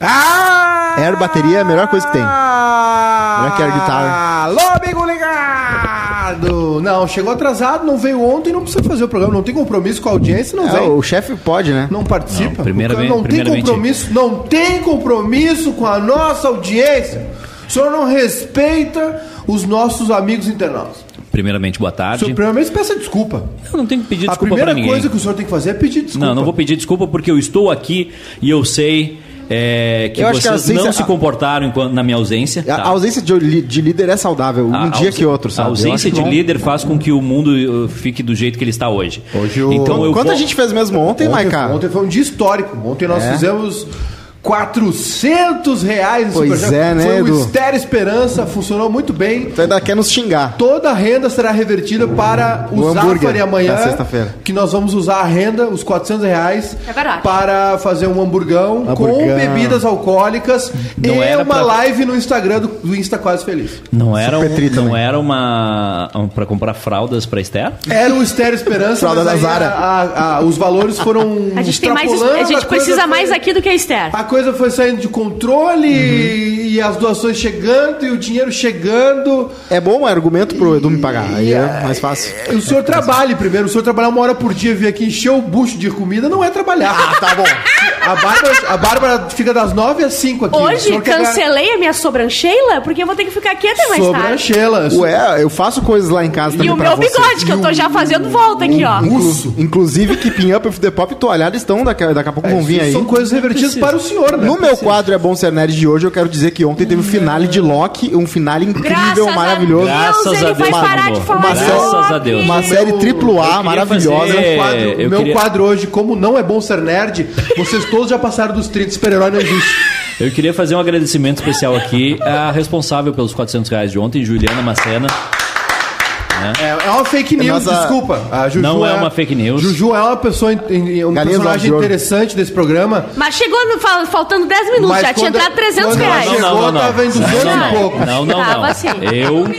Ah! bateria é a melhor coisa que tem. Melhor que a guitarra. Alô, amigo ligado! Não, chegou atrasado, não veio ontem, não precisa fazer o programa. Não tem compromisso com a audiência, não É, vem. o chefe pode, né? Não participa. Não, primeiramente- O cara não tem primeiramente- compromisso, não tem compromisso com a nossa audiência. O senhor não respeita os nossos amigos internautas. Primeiramente, boa O senhor tarde. primeiramente peça desculpa. Eu não tenho que pedir a desculpa primeira pra ninguém. coisa que o senhor tem que fazer é pedir desculpa. Não, não vou pedir desculpa porque eu estou aqui e eu sei é, que Eu acho vocês que a ausência- não se a- comportaram enquanto- na minha ausência. A- tá? A ausência de, li- de líder é saudável, um A dia ausen- que outro, sabe? A Eu acho ausência que de vão- líder faz com que o mundo uh, fique do jeito que ele está hoje. Hoje o- Então eu Quanto vou- a gente fez mesmo ontem, ontem, Maica? ontem foi um dia histórico. Ontem nós É. fizemos 400 reais no Pois Superchat. é, né, Foi Edu? o Estéreo Esperança, funcionou muito bem. Tu ainda quer nos xingar. Toda a renda será revertida para O o hambúrguer, Zafari amanhã. na sexta-feira. Que nós vamos usar a renda, os 400 reais, É barato. para fazer um hamburgão, com Hamburgão. bebidas alcoólicas Não e era uma pra- live no Instagram do, do Insta Quase Feliz. Não era, um- Petri não também. era uma. Um, para comprar fraldas para Esther? Era o Estéreo Esperança, Fralda mas da aí Zara. a- a- a- os valores foram A gente tem mais. extrapolando, A gente coisa Tá, precisa foi- mais aqui do que a Esther. A coisa foi saindo de controle Uhum. e, e as doações chegando e o dinheiro chegando. É bom um argumento pro Edu me pagar. Aí é mais fácil. E O senhor trabalhe primeiro, o senhor trabalhar uma hora por dia, vir aqui encher o bucho de comida não é trabalhar. Ah, tá bom. A Bárbara, a Bárbara fica das 9 às 5 aqui. O Hoje senhor quer cancelei a minha sobrancheira porque eu vou ter que ficar aqui até ganhar mais Sobre a tarde. Sheila. Ué, eu faço coisas lá em casa E também o pra meu vocês. bigode, que eu tô já fazendo volta aqui, ó. Russo. É, Inclusive, Keeping Up with the Pop e Toalhada estão, daqui, daqui a pouco vão vir aí. São coisas revertidas para o senhor, né? No meu quadro É Bom Ser Nerd de hoje, eu quero dizer que ontem teve o finale de Loki, um finale incrível, Graças maravilhoso. é- a Deus, Graças ele a vai Deus, parar Manu. de falar Uma de série- Loki. a Deus. Uma série triplo A, queria maravilhosa. fazer- Meu quadro, É, eu meu queria- quadro hoje, como não é bom ser nerd, vocês todos já passaram dos 30, super-herói não existe. Eu queria fazer um agradecimento especial aqui à responsável pelos 400 reais de ontem, Juliana Macena. É, é uma fake news, nossa- desculpa. A Juju Não é uma fake news. Juju é uma pessoa, in- in- um Galinhas lá de personagem ouro. interessante desse programa. Mas chegou no- fal- faltando 10 minutos, Mas já tinha quando- entrado 300 é quando reais. ela Chegou, tava em 200 não, e pouco. não, não, não. Tava assim. Eu,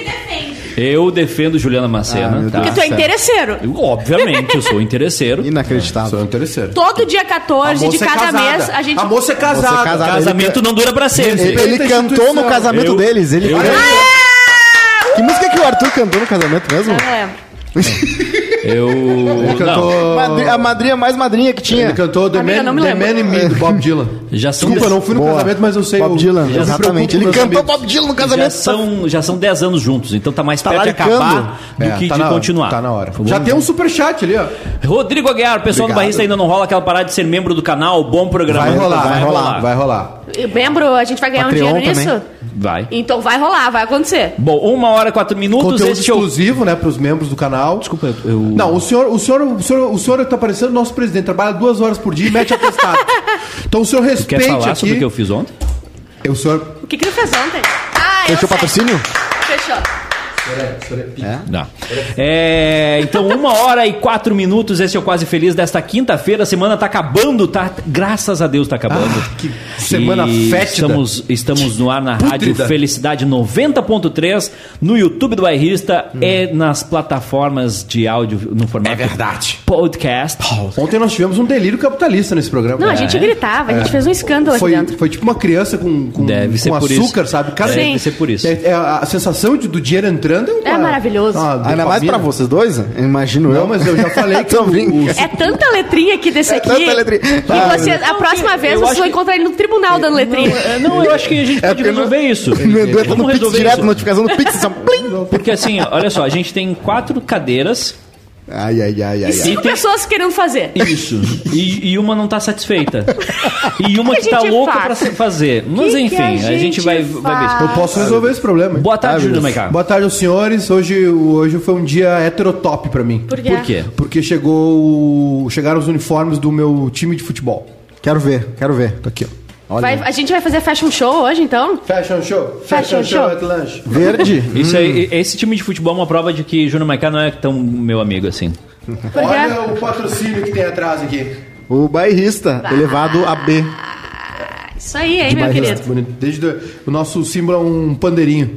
eu defendo Juliana Ah, Macena. meu tá? Porque tu é interesseiro. Eu, Obviamente, eu sou interesseiro. Inacreditável. interessante. Todo dia 14 é de cada mês a gente. A moça é casada. Moça é casada. Casamento não dura pra Ele, sempre. ele Respeita a cantou no instituição. casamento Eu- deles. Ele eu- Que música que o Arthur cantou no casamento mesmo? Eu não lembro. Eu. Ele Não, cantou, Madri- a madrinha mais madrinha que tinha. ele cantou The, Amiga, Man, não me The lembro. Man in Me, do Bob Dylan. já são Desculpa, eu dez- não fui no Boa. casamento, mas eu sei. Bob eu- Dylan, eu me exatamente. Ele preocupo com meus cantou amigos. Bob Dylan no já é casamento. tá são, já são 10 anos juntos, então tá mais Tá perto de largando. acabar do É, que tá de na hora, continuar. Tá na hora. Vamos Já tem um superchat ali, ó. Rodrigo Aguiar, pessoal do Obrigado. Barrista ainda não rola aquela parada de ser membro do canal, bom programa. Vai rolar, vai vai rolar. rolar, vai rolar. É, Membro, a gente vai ganhar Patreon um dinheiro também. nisso? Vai. Então vai rolar, vai acontecer. Bom, uma hora, quatro minutos, Conteúdo este é o... exclusivo, né, pros membros do canal. Desculpa, eu... eu- Não, o senhor, o senhor, o senhor, o senhor tá parecendo nosso presidente, trabalha duas horas por dia e mete atestado. Então o senhor Quer respeite falar aqui. É sobre o que eu fiz ontem? O senhor, O que, que tu fez ontem? Ah, eu Fechou o sei. patrocínio? Fechou. Não. É, então, uma hora e quatro minutos, esse é o Quase Feliz desta quinta-feira. A semana tá acabando, tá? Graças a Deus tá acabando. Ah, que semana né? E fétida. Estamos, estamos no ar na Pútrida. Rádio Felicidade 90.3, no YouTube do Bairrista Hum. e nas plataformas de áudio no formato É verdade. podcast. Ontem nós tivemos um delírio capitalista nesse programa. É. Não, a gente gritava, a gente fez um escândalo foi, aqui dentro. foi tipo uma criança com, com, Deve com ser por açúcar, isso. sabe? Cara, Deve Sim. ser por isso. é- é a a sensação de- do dinheiro entrando uma- É maravilhoso. uma Ainda mais Ah, dopamina. pra vocês dois, imagino eu. Não, mas eu já falei que Tô o- brincando. É tanta letrinha aqui desse aqui. tanta letrinha. Que Ah, você, a próxima vez eu vocês acho vão que- encontrar ele no tribunal dando letrinha. É, Não, eu acho que a gente pode porque não- resolver isso. Meu Deus, tá no Vamos Pix resolver direto, isso. notificação do Pix. um São... plim. Porque assim, olha só, a gente tem quatro cadeiras Ai, ai, ai, ai. E cinco E tem- pessoas querendo fazer. Isso. E, e uma não tá satisfeita. E uma Que que, a tá gente louca faz? pra se fazer. Mas que enfim, a a, gente gente vai, vai ver. Eu posso resolver esse problema. hein? É. Boa tarde, Júlio beleza. Maiká. Boa tarde aos senhores. Hoje, hoje foi um dia heterotop pra mim. Por quê? Por quê? Porque chegou o- chegaram os uniformes do meu time de futebol. Quero ver, quero ver. Tá aqui, ó. Vai- a gente vai fazer fashion show hoje, então? Fashion show. Fashion show. at lunch. Verde? Isso aí, Hum. esse time de futebol é uma prova de que Júnior Maicá não é tão meu amigo assim. Por quê? o patrocínio que tem atrás aqui. O bairrista, elevado a B. Isso aí, hein, meu Demais, querido. É Bonito. Desde do- o nosso símbolo é um pandeirinho.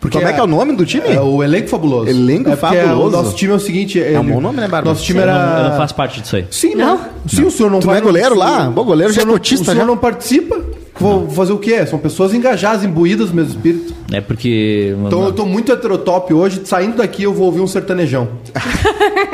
Porque Como é que é o nome do time? É o Elenco Fabuloso. Elenco é porque é- Fabuloso? O nosso time é o seguinte... É um bom nome, né, Bárbara? Nosso time Eu era... não, eu não faço parte disso aí. Sim, Não? não. Sim, o senhor não Tu não é vai no- goleiro o- lá? Bom, goleiro o já é senhor não- cotista, O senhor já. não participa? Vou fazer o quê? São pessoas engajadas, imbuídas no mesmo espírito. É porque. Então eu tô muito heterotop hoje. Saindo daqui eu vou ouvir um sertanejão.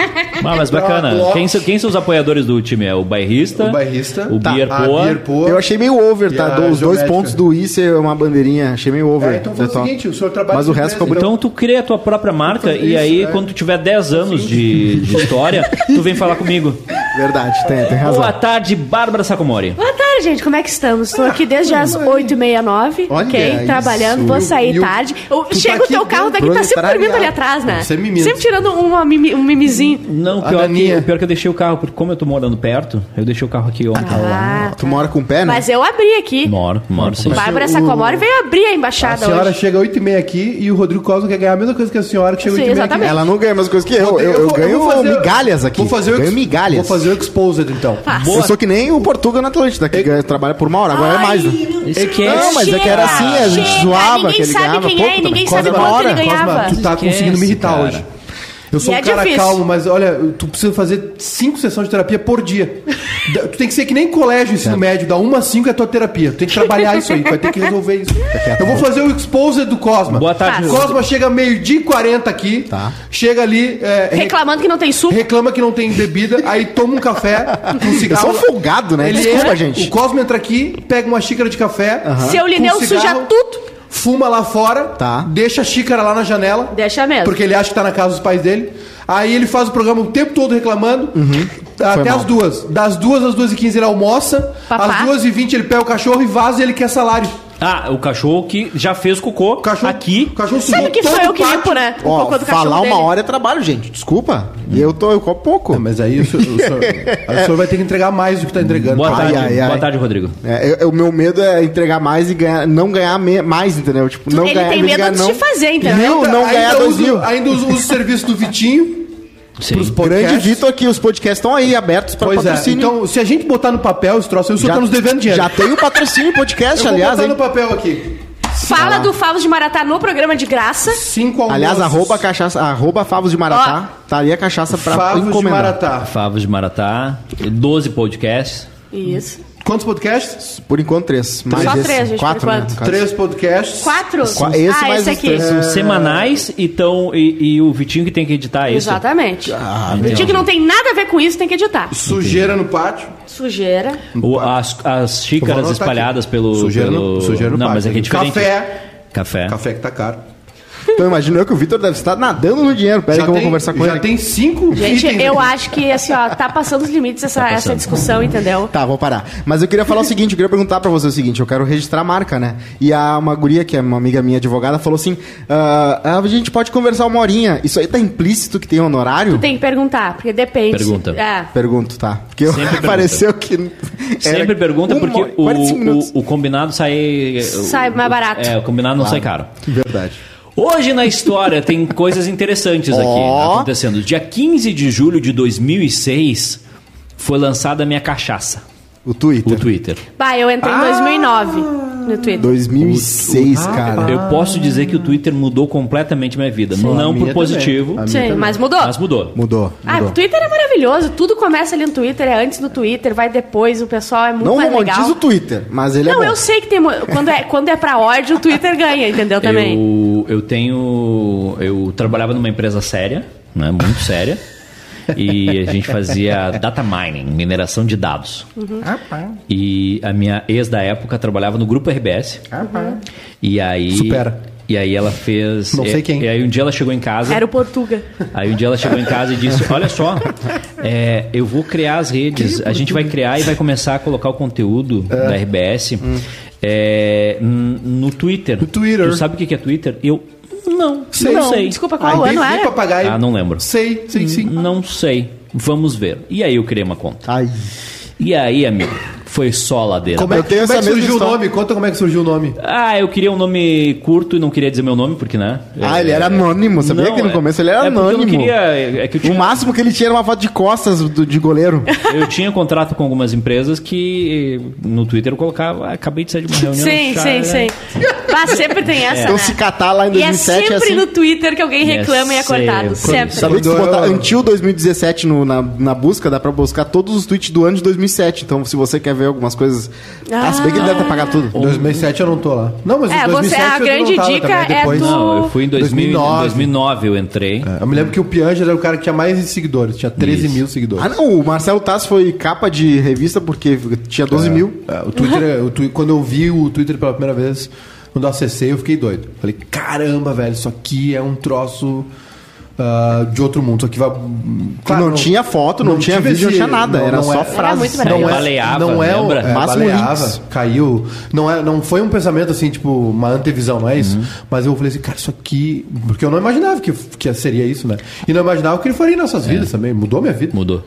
Ah, mas bacana. Droga. Quem, são- quem são os apoiadores do time? É o bairrista. O bairrista. O Tá, Beer a Poa. Beer Poa. Eu achei meio over, E tá? a Dou Os dois geométrica. pontos do I ser uma bandeirinha. Achei meio over. É, então faz o The top. seguinte, o senhor trabalha Mas o com resto ficou empresa, muito... Então tu cria a tua própria marca e isso, aí é. quando tu tiver 10 anos de, de história, tu vem falar comigo. Verdade, tem, tem razão. Boa tarde, Bárbara Sacomori. Boa tarde, gente. Como é que estamos? Estou aqui desde as 8h69, Olha ok? isso. Trabalhando, vou sair E o- tarde. Eu tu chega tá o teu aqui carro daqui, tá dentro, sempre dormindo ali tralhado. atrás, né? Você me mente. Sempre tirando uma mimi- um mimizinho. Não, A pior que, Daninha. pior que eu deixei o carro, porque como eu tô morando perto, eu deixei o carro aqui ontem. Ah, Tu mora com o pé, né? mas eu abri aqui. Moro, moro sim. Bárbara o- Sacomori veio abrir A a embaixada senhora hoje. chega 8 e meia aqui e o Rodrigo Cosmo quer ganhar a mesma coisa que a senhora que chega Sim, 8 e meia exatamente. aqui. Ela não ganha a mesma coisa que eu. Eu, eu, vou- ganho vou fazer- migalhas aqui. Vou fazer o eu ganho ex- migalhas. Vou fazer o Exposed, então. Eu sou que nem o Portugal na Atlântida, que ganha- trabalha por uma hora. Agora é mais, né? Isso que é. Não, mas é que era assim, a gente Chega, zoava ninguém que ele sabe ganhava quem pouco é e também. ninguém Cosma, sabe quanto hora, ele ganhava. tu tá Esquece, conseguindo me irritar cara. hoje. Eu sou E um é cara difícil. calmo, mas olha, tu precisa fazer cinco sessões de terapia por dia. Da- tu tem que ser que nem colégio, ensino médio, da 1 a 5 é tua terapia. Tu tem que trabalhar isso aí, tu vai ter que resolver isso. Eu vou fazer o exposer do Cosma. Boa tarde. O Cosma chega meio-dia e 40 aqui, Tá. chega ali, é, re- Reclamando que não tem suco. reclama que não tem bebida, aí toma um café, um Eu cigarro. sou um folgado, né? Ele Desculpa, é entra, gente. O Cosmo entra aqui, pega uma xícara de café. Se eu lhe com der, eu cigarro, sujar tudo. Fuma lá fora, Tá. deixa a xícara lá na janela. Deixa mesmo. Porque ele acha que tá na casa dos pais dele. Aí ele faz o programa o tempo todo reclamando. Até Uhum. mal. as duas. Das duas às duas e quinze ele almoça. Papá. Às duas e vinte ele pega o cachorro e vaza e ele quer salário. Ah, o cachorro que já fez cocô O cachorro, aqui. O cachorro Sabe sujou que todo foi eu o que pátio. limpo, né? O Ó, cocô do cachorro falar dele. uma hora é trabalho, gente. Desculpa. E eu tô, eu copo pouco. Mas aí o senhor, o senhor- aí o senhor vai ter que entregar mais do que tá entregando. Boa Ai, tarde, ai, ai. boa tarde, Rodrigo. É, eu- eu- o meu medo é entregar mais e ganhar, não ganhar me- mais, entendeu? Tipo, não ele ganhar, tem em vez medo ganhar de não. te fazer, entendeu? Mil, não ganhar dois uso, mil. Ainda uso, uso o serviço do Vitinho. Sim. pros Grande podcasts. Vitor aqui, os podcasts estão aí abertos para Pois é. Tá patrocínio. Então, se a gente botar no papel esse troço aí, o senhor tá nos devendo dinheiro. Já tem o patrocínio Eu podcast, vou aliás. botar hein? no papel aqui. Fala do Favos de Maratá no programa de graça. Cinco almoços. Aliás, arroba cachaça, arroba favos de Maratá. Tá ali a cachaça pra Favos de encomendar. Maratá. Favos de Maratá, 12 podcasts. Isso. Quantos podcasts? Por enquanto, três. Mais Só esse. três, gente, por Quatro, né, enquanto. no caso. Três podcasts. Quatro? Qua- esse ah, mais esse os aqui. três. São É. semanais e, tão- e- e o Vitinho que tem que editar isso. Exatamente. Ah, O dia que não tem nada a ver com isso, tem que editar. Sujeira no pátio. Sujeira. O- as, as Eu vou xícaras anotar espalhadas pelo. Sujeira no- pelo- sujeira no Não, pátio. mas é que é diferente. É. Café. Café. Café que tá caro. Então imagino eu que o Vitor deve estar nadando no dinheiro. Pera aí que eu vou tem- conversar com já ele. tem cinco Gente, itens eu aqui. acho que assim, ó, tá passando os limites essa, essa passando. discussão, entendeu? Tá, vou parar. Mas eu queria falar o seguinte, eu queria perguntar pra você o seguinte, eu quero registrar a marca, né? E a uma guria, que é uma amiga minha advogada, falou assim: "Ah, a gente pode conversar uma horinha. Isso aí tá implícito que tem honorário? Tem que perguntar, porque depende. Pergunta. É. Pergunto, tá. Porque Sempre pergunta. pareceu que. era um Sempre pergunta uma porque hora e o, 45 minutos. o- o combinado sai. Sai o- mais o- barato. É, o combinado não sai caro. Verdade. Hoje na história tem coisas interessantes aqui Ó. acontecendo. Dia 15 de julho de 2006 foi lançada a minha cachaça, O o Twitter. Twitter. Bah, eu Ah! entrei em 2009 no Twitter. 2006, cara. Ah, Eu posso dizer que o Twitter mudou completamente minha vida. A Não minha por positivo, também. A minha Sim, também. mas mudou. mas mudou. Mudou. Ah, mudou. o Twitter é maravilhoso. Tudo começa ali no Twitter, é antes do Twitter, vai depois, o pessoal é muito Não mais legal. romantiza o Twitter, mas ele é Não, bom. eu sei que tem. mo- Quando é, quando é pra ódio, o Twitter ganha, entendeu? Também. Eu, eu tenho. Eu trabalhava numa empresa séria, né, muito séria. e a gente fazia data mining, mineração de dados. E a minha ex da época trabalhava no grupo RBS. E aí. Supera. E aí ela fez. Não sei e- quem. E aí um dia ela chegou em casa. Era o Portuga. Aí um dia ela chegou em casa e disse: Olha só, é, eu vou criar as redes. A gente vai criar e vai começar a colocar o conteúdo da RBS Hum. é, n- no Twitter. No Twitter. Tu sabe o que que é Twitter? Eu não Sei. não sei. Desculpa, Aí qual tem ano sim, Ah, era? papagaio. Ah, não lembro. Hum. Sei, sei sim. Não sei. Vamos ver. E aí eu criei uma conta. Ai. E aí, amigo, foi só ladeira. Como é, Eu tenho como é essa que mesma surgiu o história. nome? Conta como é que surgiu o nome. Ah, eu queria um nome curto e não queria dizer meu nome, porque, né? Ah, É- ele era anônimo. Sabia Não, que no é- começo ele era é porque eu não anônimo. queria- é- é que eu tinha- O máximo que ele tinha era uma foto de costas do- de goleiro. Eu tinha contrato com algumas empresas que eh, no Twitter eu colocava, "Ah, acabei de sair de uma reunião. Sim, cara, sim, sim. Bah, sempre tem essa. Então né? se catar lá em E é 2007 é sempre assim. no Twitter que alguém É reclama e é cortado. sempre. Sempre. Sabia que se Quando botar eu- Until 2017 no- na, na busca, dá pra buscar todos os tweets do ano de 2007. Então, se você quer ver resolver algumas coisas. Ah, se bem que ele deve ter pagado tudo. Um- Em 2007 eu não tô lá. Não, mas em É, você- 2007 a eu grande não tava dica também, é depois. tu- Não, eu fui em 2000, 2009. 2009 eu entrei. É, Eu me lembro que o Piangers era o cara que tinha mais seguidores, tinha 13 mil seguidores. Ah, não, o Marcelo Tassi foi capa de revista porque tinha 12 mil. É, o Twitter, o Twi- quando eu vi o Twitter pela primeira vez, quando eu acessei, eu fiquei doido. Falei, caramba, velho, isso aqui é um troço ah, de outro mundo. Isso aqui vai. Que não, tinha foto, não, tinha tive vídeo, não esse- tinha nada. não- era não só é- frase. muito Aí Não é- baleava, não é, lembra? É, Máximo baleava, links. caiu. Não, é, não foi um pensamento assim, tipo, uma antevisão, não é isso? Uhum. Mas eu falei assim, cara, isso aqui. Porque eu não imaginava que, que seria isso, né? E não imaginava que ele faria em É. nossas vidas também. Mudou minha vida. Mudou.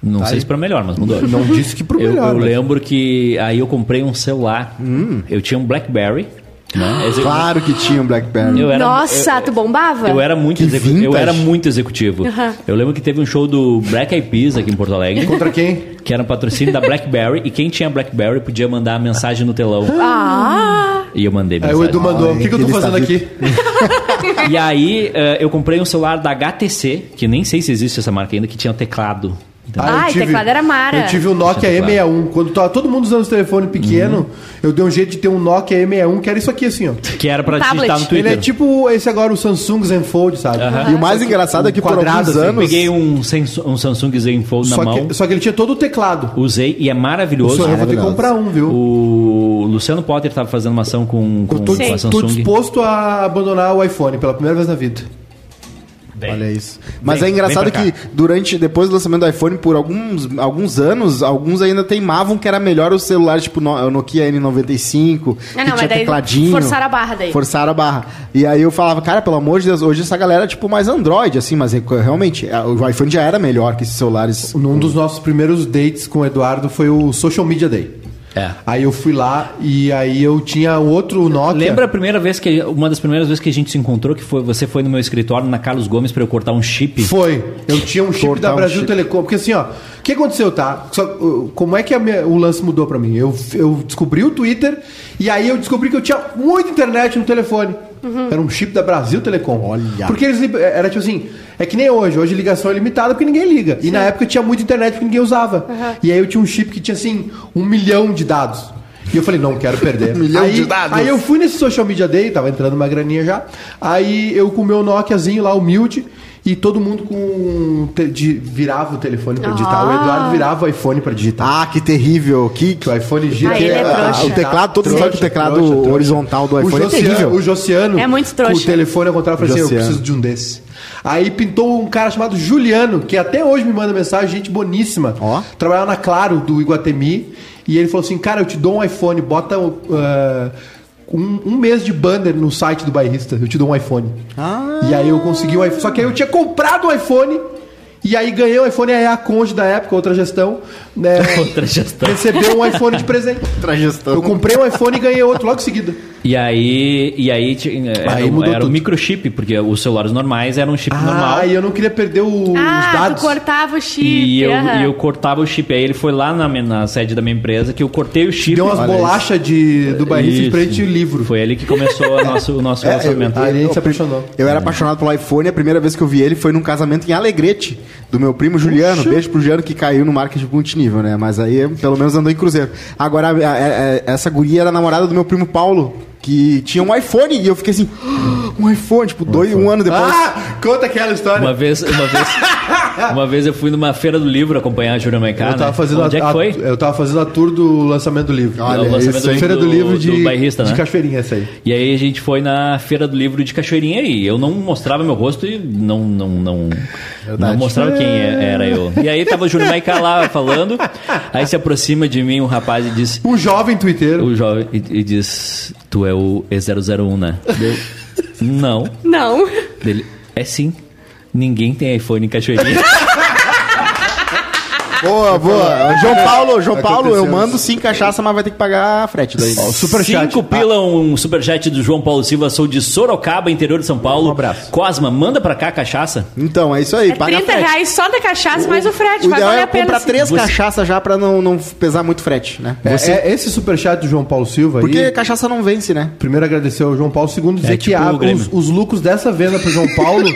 Não sei Tá aí. se pra melhor, mas mudou. Não disse que pro eu, melhor. né? Hum. eu mas- lembro que aí eu comprei um celular. Eu tinha um BlackBerry. Né? é Eu- Claro que tinha um Blackberry. eu era- Nossa, tu bombava? Eu, eu era muito Que execu- eu vintage. era muito executivo. Aham. Eu lembro que teve um show do Black Eyed Peas aqui em Porto Alegre. Contra quem? Que era um patrocínio da BlackBerry. E quem tinha BlackBerry podia mandar a mensagem no telão. um Ah, E eu mandei Aí mensagem. É, o Edu mandou. O que, que eu tô Ele está fazendo vivo. aqui? E aí eh, eu comprei um celular da HTC, que nem sei se existe essa marca ainda, que tinha um teclado. Então, Ah, eu e teclado era mara. Eu tive o Nokia Tinha teclado. Uhum. E61. Quando tava todo mundo usando esse telefone pequeno, eu dei um jeito de ter um Nokia E61, que era isso aqui, assim, ó. que era pra Tablet. digitar no Ele Twitter. é tipo esse agora, o Samsung Zenfold, sabe? E o mais engraçado é que por Quadrado, alguns assim, anos. Peguei um, Samsu- um Samsung Zenfold na Só mão, que, só que ele tinha todo o teclado. usei e é O maravilhoso. senhor, eu vou ter que comprar Maravilhoso. um, viu? O Luciano Potter estava fazendo uma ação com, com, Eu tô, com a tô Samsung. disposto a abandonar o iPhone pela primeira vez na vida. Bem, Olha isso. Mas Vem, é engraçado vem pra que durante, depois do lançamento do iPhone, por alguns, alguns anos, alguns ainda teimavam que era melhor os celulares, tipo no, o Nokia N95, Ah, não, que mas tinha daí tecladinho. forçaram a barra daí. Forçaram a barra. E aí eu falava, cara, pelo amor de Deus, hoje essa galera é tipo mais Android, assim, mas é- realmente, a- o iPhone já era melhor que esses celulares. Num dos nossos primeiros dates com o Eduardo foi o Social Media Day. É. Aí eu fui lá e aí eu tinha outro Nokia. Lembra a primeira vez que uma das primeiras vezes que a gente se encontrou que foi você foi no meu escritório na Carlos Gomes pra eu cortar um chip? Foi. Eu tinha um chip Cortar da um Brasil chip. Telecom. Porque assim, ó, o que aconteceu, tá? Só, uh, como é que a minha- o lance mudou pra mim? Eu, eu descobri o Twitter e aí eu descobri que eu tinha muita internet no telefone. Uhum. Era um chip da Brasil Telecom. Olha. Porque eles. li- Era tipo assim. É que nem hoje. Hoje ligação é limitada porque ninguém liga. E na época tinha muita internet porque ninguém usava. Uhum. E aí eu tinha um chip que tinha assim. Um milhão de dados. E eu falei, não quero perder. Um milhão aí, de dados. Aí eu fui nesse social media day, tava entrando uma graninha já. Aí eu com o meu Nokiazinho lá, humilde, e todo mundo com. um te- de- virava o telefone pra digitar. O Ah. Eduardo virava o iPhone pra digitar. Ah, que terrível. Que, O iPhone gira. Ah, ele é Ah, trouxa. o teclado, todo Trouxa, mundo sabe que o teclado trouxa, trouxa. horizontal do o iPhone é Josiano, terrível. O Josiano. É muito trouxa. Com o telefone ao contrário, eu falei assim: eu Josiano. preciso de um desse. Aí pintou um cara chamado Juliano, que até hoje me manda mensagem, gente boníssima. Ó. Trabalhava na Claro, do Iguatemi. E ele falou assim: cara, eu te dou um iPhone, bota. ah, um, um mês de banner no site do bairrista, eu te dou um iPhone. Ah. E aí eu consegui o iPhone. Só que aí eu tinha comprado o iPhone. E aí ganhei o iPhone, aí a Conde da época, outra gestão, né? Outra gestão. recebeu um iPhone de presente. Trajestão. Eu comprei um iPhone e ganhei outro logo em seguida. E aí e aí, tinha- era, Aí um- mudou era um tudo. microchip porque os celulares normais eram um chip normal. Ah, e eu não queria perder o- os ah tu dados. cortava o chip. E eu, aham. e eu cortava o chip. Aí ele foi lá na, minha- na sede da minha empresa que eu cortei o chip. Deu umas Olha bolachas de, do bairrista de Isso. presente e livro. É, Foi ali que começou o nosso, o nosso relacionamento. Aí ele se apaixonou. é, Eu era apaixonado pelo iPhone, a primeira vez que eu vi ele foi num casamento em Alegrete, do meu primo Juliano. Beijo pro Juliano que caiu no marketing multinível, né? Mas aí pelo menos andou em cruzeiro. Agora, a- a- a- essa guria era namorada do meu primo Paulo, que tinha um iPhone, e eu fiquei assim, "Ah, um iPhone, tipo, dois, um ano depois. Ah, conta aquela história. Uma vez, uma vez, uma vez eu fui numa feira do livro acompanhar a Júlia Maiká. Eu tava, né? fazendo Onde a, é que a- foi? eu tava fazendo a tour do lançamento do livro. Olha, o lançamento isso aí. do- Feira do, livro do de, bairrista, de né? Cachoeirinha, essa aí. E aí a gente foi na feira do livro de Cachoeirinha e eu não mostrava meu rosto e não não não, não mostrava quem é- era eu. E aí tava o Júlio Maiká lá falando, aí se aproxima de mim um rapaz e diz, Um jovem twitteiro. o jovem e, e diz, tu é o E001, né? Eu, não. Não. Dele, é sim. Ninguém tem iPhone em Cachoeirinha. Boa, boa. João Paulo, João Paulo, eu Aconteceu mando sim cachaça, mas vai ter que pagar a frete daí. superchat. Cinco pila, um superchat do João Paulo Silva. Sou de Sorocaba, interior de São Paulo. Um abraço. Cosma, manda pra cá a cachaça. Então, é isso aí, É 30 reais só da cachaça, mais o frete. O vai ideal valer é a pena. comprar sim. três cachaças já pra não, não pesar muito frete, né? É, é esse superchat do João Paulo Silva Porque aí. cachaça não vence, né? Primeiro agradecer ao João Paulo, segundo dizer É, que tipo a- o Grêmio. os, os lucros dessa venda pro João Paulo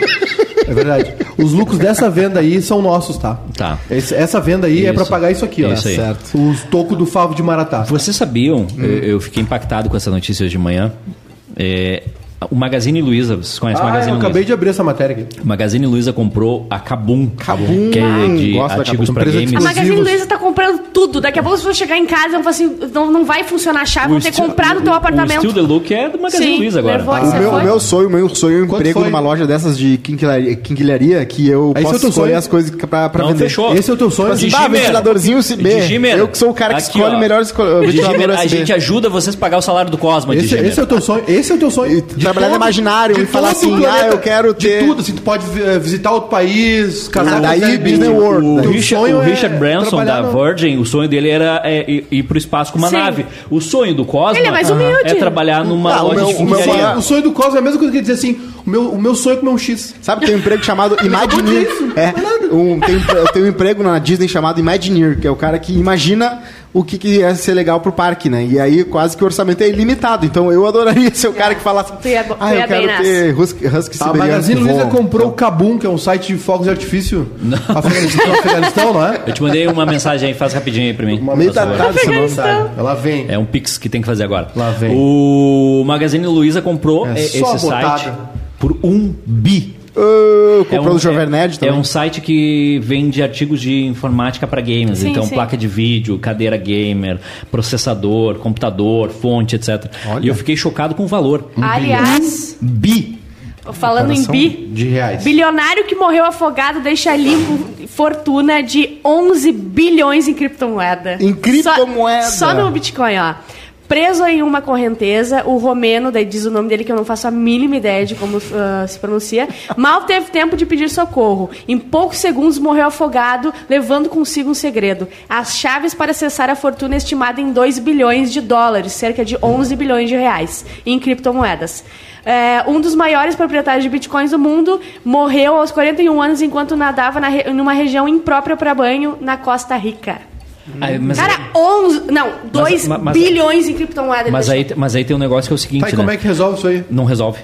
É verdade. Os lucros dessa venda aí são nossos, tá? Tá. Esse- essa venda aí é Isso. pra pagar isso aqui, ó. Isso aí. Certo. Os tocos do favo de Maratá. Vocês sabiam, Hum. eu, eu fiquei impactado com essa notícia hoje de manhã. É, o Magazine Luiza, vocês conhecem o Ah, Magazine eu Luiza? acabei de abrir essa matéria aqui. O Magazine Luiza comprou a Kabum, Kabum. que é de Gosto da artigos Kabum. para Empresa de games. A Magazine Exclusivos. Luiza tá comprando tudo. Daqui a pouco vocês vão chegar em casa e vão falar assim: não, não vai funcionar a chave, O vão ter Still- comprado o o- teu apartamento. O Still the Look é do Magazine Sim, Luiza agora. levou O Ah, Você meu, foi? o meu sonho, o meu sonho é um Quanto emprego foi? numa loja dessas de quinquilharia, quinquilharia que eu Aí posso seu teu escolher sonho? as coisas que- pra, pra Não, vender. fechou. Tipo Esse é o teu sonho? Assim, Digimer. bah, ventiladorzinho USB. Digimer. Eu que sou o cara que Aqui, escolhe ó. melhor esco- Digimer, ventilador A USB. gente ajuda vocês a pagar o salário do Cosma, assim. Esse, Digimer. esse é o teu sonho. Esse é o teu sonho. E trabalhar no imaginário e falar todo o assim, ah, eu quero ter- De tudo, assim, tu pode eh, visitar outro país, casar Ah, daí Zé Bill. Disney World, O né? O teu Richard, sonho o é Richard Branson trabalhar da no- Virgin, o sonho dele era é, ir, ir pro espaço com uma Sim. nave. O sonho do Cosma Ele é mais humilde. é trabalhar numa Ah, o loja meu- de o meu O quinquilharia. sonho- O sonho do Cosmo é a mesma coisa que dizer assim: o meu, o meu sonho é comer um X. Sabe, que tem um emprego chamado Imagineer. disso, não É, nada. um, tem, um- eu tenho um emprego na Disney chamado Imagineer, que é o cara que imagina o que, que ia ser legal pro parque, né? E aí quase que o orçamento é ilimitado. Então eu adoraria ser o cara que falasse. Tu ia- tu ah, ia eu bem quero nessa." ter Husky, husky A siberiano Tá, Então, Magazine que Luiza voa. comprou o Kabum, que é um site de fogos de artifício. Afeganistão, Afeganistão, não é? Eu te mandei uma mensagem aí, faz rapidinho aí pra mim. Meio Por favor. Tá datado esse nome. Ela vem. É um pix que tem que fazer agora. Lá vem. O Magazine Luiza comprou É eh, esse só botada. site por um bi. Ah, É comprou um- do Jovem Nerd é, é também. um site que vende artigos de informática para games. Sim, então, sim. placa de vídeo, cadeira gamer, processador, computador, fonte, etc. E eu fiquei chocado com o valor. Uhum. Aliás, Bi. falando em bi, De reais. bilionário que morreu afogado deixa limpo fortuna de 11 bilhões em criptomoeda. Em criptomoeda. Só, só no Bitcoin, ó. Preso em uma correnteza, o romeno, daí diz o nome dele que eu não faço a mínima ideia de como ah, se pronuncia, mal teve tempo de pedir socorro. Em poucos segundos morreu afogado, levando consigo um segredo. As chaves para acessar a fortuna estimada em 2 bilhões de dólares, cerca de 11 bilhões de reais, em criptomoedas. É, um dos maiores proprietários de bitcoins do mundo morreu aos 41 anos enquanto nadava na re- numa região imprópria para banho na Costa Rica. Aí, mas, Uhum. Cara, 11. Não, 2 mas- mas- bilhões em criptomoeda. mas ele aí, mas aí tem um negócio que é o seguinte, Tá, e como né? é que resolve isso aí? Não resolve.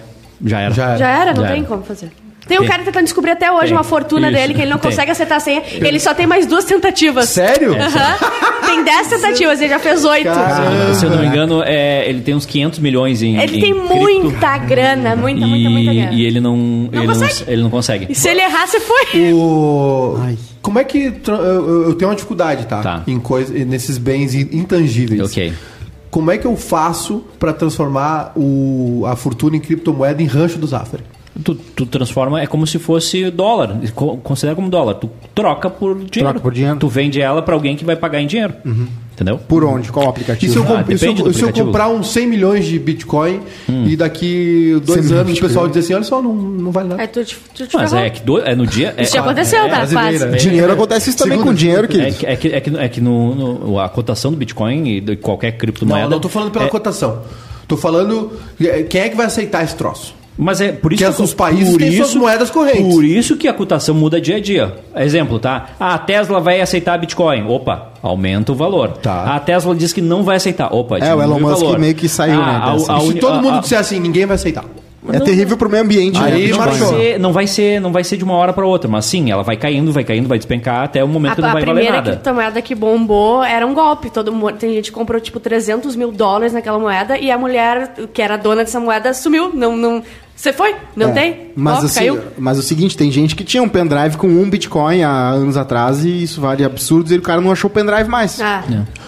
Já era. Já deixou. Já era, não tá. Já tem era. como fazer. Tem um Tem. cara tentando descobrir até hoje Tem. uma fortuna Isso. dele que ele não Tem. consegue acertar a senha. Ele só tem mais duas tentativas. Sério? Aham. Tem 10 tentativas, ele já fez 8. Ah, Se eu não me engano, é, ele tem uns 500 milhões em Ele em tem cripto. muita grana, muita, muita, muita grana. E, e ele não, ele, consegue. Não, ele não consegue. E se ele errar, você foi. Ah, O... Como é que. tra- Eu, eu- eu tenho uma dificuldade, tá? Tá. Em coisa... Nesses bens in- intangíveis. Ok. Como é que eu faço pra transformar o... a fortuna em criptomoeda em rancho do Zafari? Tu, tu transforma, é como se fosse dólar. co- Considera como dólar. Tu troca por dinheiro. Troca por dinheiro. Tu vende ela pra alguém que vai pagar em dinheiro. Uhum. Entendeu? Por onde? Qual o E se aplicativo? eu, Ah, comp- e se eu- depende do se eu aplicativo. Hum. comprar uns 100 milhões de Bitcoin e daqui dois Cem anos milhões o pessoal diz assim: olha só, não, não vale nada. Aí tu É, te, tu te Mas ferrou. é que do- é no dia. É, Isso já aconteceu, tá? brasileira. Quase. É. Dinheiro acontece isso também Segunda. com dinheiro, é querido. que, é que, é que, é que no, no- a cotação do Bitcoin e de qualquer criptomoeda. Não, não tô falando pela é, cotação. Tô falando eh, quem é que vai aceitar esse troço. Mas é por isso Que os países por têm suas moedas correntes. Por isso que a cotação muda dia a dia. Exemplo, tá? Ah, A Tesla vai aceitar Bitcoin. Opa, aumenta o valor. Tá. É, A Tesla diz que não vai aceitar. Opa, diminui o Elon Musk valor. Ah, meio que saiu, né, a- dessa. a E se uni- todo a- mundo a- disser assim, ninguém vai aceitar. É terrível pro meio ambiente, né? Aí, Bitcoin. Vai marchou. ser- não vai ser, não vai ser de uma hora para outra, mas sim, ela vai caindo, vai caindo, vai despencar até o momento que A, não a vai valer primeira nada. criptomoeda que tá- bombou era um golpe. Todo mundo, tem gente que comprou, tipo, 300 mil dólares naquela moeda e a mulher que era dona dessa moeda sumiu. Não, não... Você foi? Não tem? Mas, Ó, assim, caiu. mas o seguinte, tem gente que tinha um pendrive com um Bitcoin há anos atrás e isso vale absurdos e o cara não achou o pendrive mais. Ah,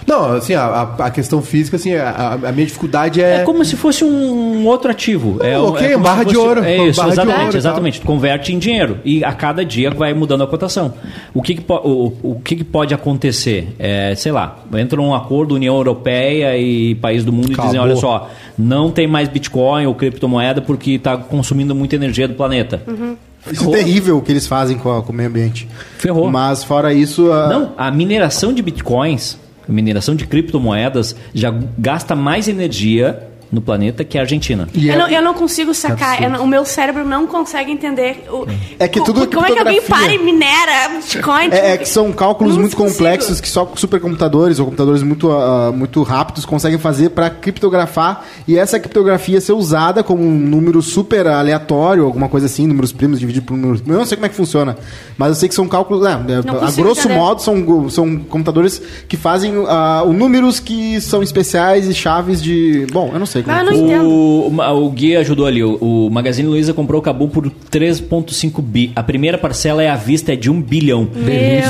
Não, assim, a, a- a questão física, assim, a, a- a minha dificuldade é. É como se fosse um outro ativo. é Não, um- ok, é como barra se de ouro, É isso, barra de exatamente, ouro e tal. exatamente. Tu converte em dinheiro e a cada dia vai mudando a cotação. O que, que po- o, o que, que pode acontecer? É, sei lá, entra um acordo União Europeia e país do mundo e dizem, Acabou. olha só, não tem mais Bitcoin ou criptomoeda porque está consumindo muita energia do planeta. Uhum. Isso é terrível o que eles fazem com, a- com o meio ambiente. Ferrou. Mas fora isso, Ah. a- Não, a mineração de bitcoins, a mineração de criptomoedas, já gasta mais energia no planeta, que é a Argentina. Eu, não, eu não consigo sacar, eu não- o meu cérebro não consegue entender. O, É que co- tudo é como é que alguém criptografia. para e minera Bitcoin? É, é que são cálculos Não muito consigo. complexos que só supercomputadores ou computadores muito, ah, muito rápidos conseguem fazer para criptografar e essa criptografia ser usada como um número super aleatório, alguma coisa assim, números primos dividido por números. Eu não sei como é que funciona, mas eu sei que são cálculos. né, a consigo grosso entender. modo, são, go- são computadores que fazem ah, o números que são especiais e chaves de. Bom, eu não sei como Ah, é não que funciona. entendo. O, ma- o Gui ajudou ali. O, o Magazine Luiza comprou o Cabum por 3,5 bi. A primeira parcela é à vista, é de 1 bilhão. Meu,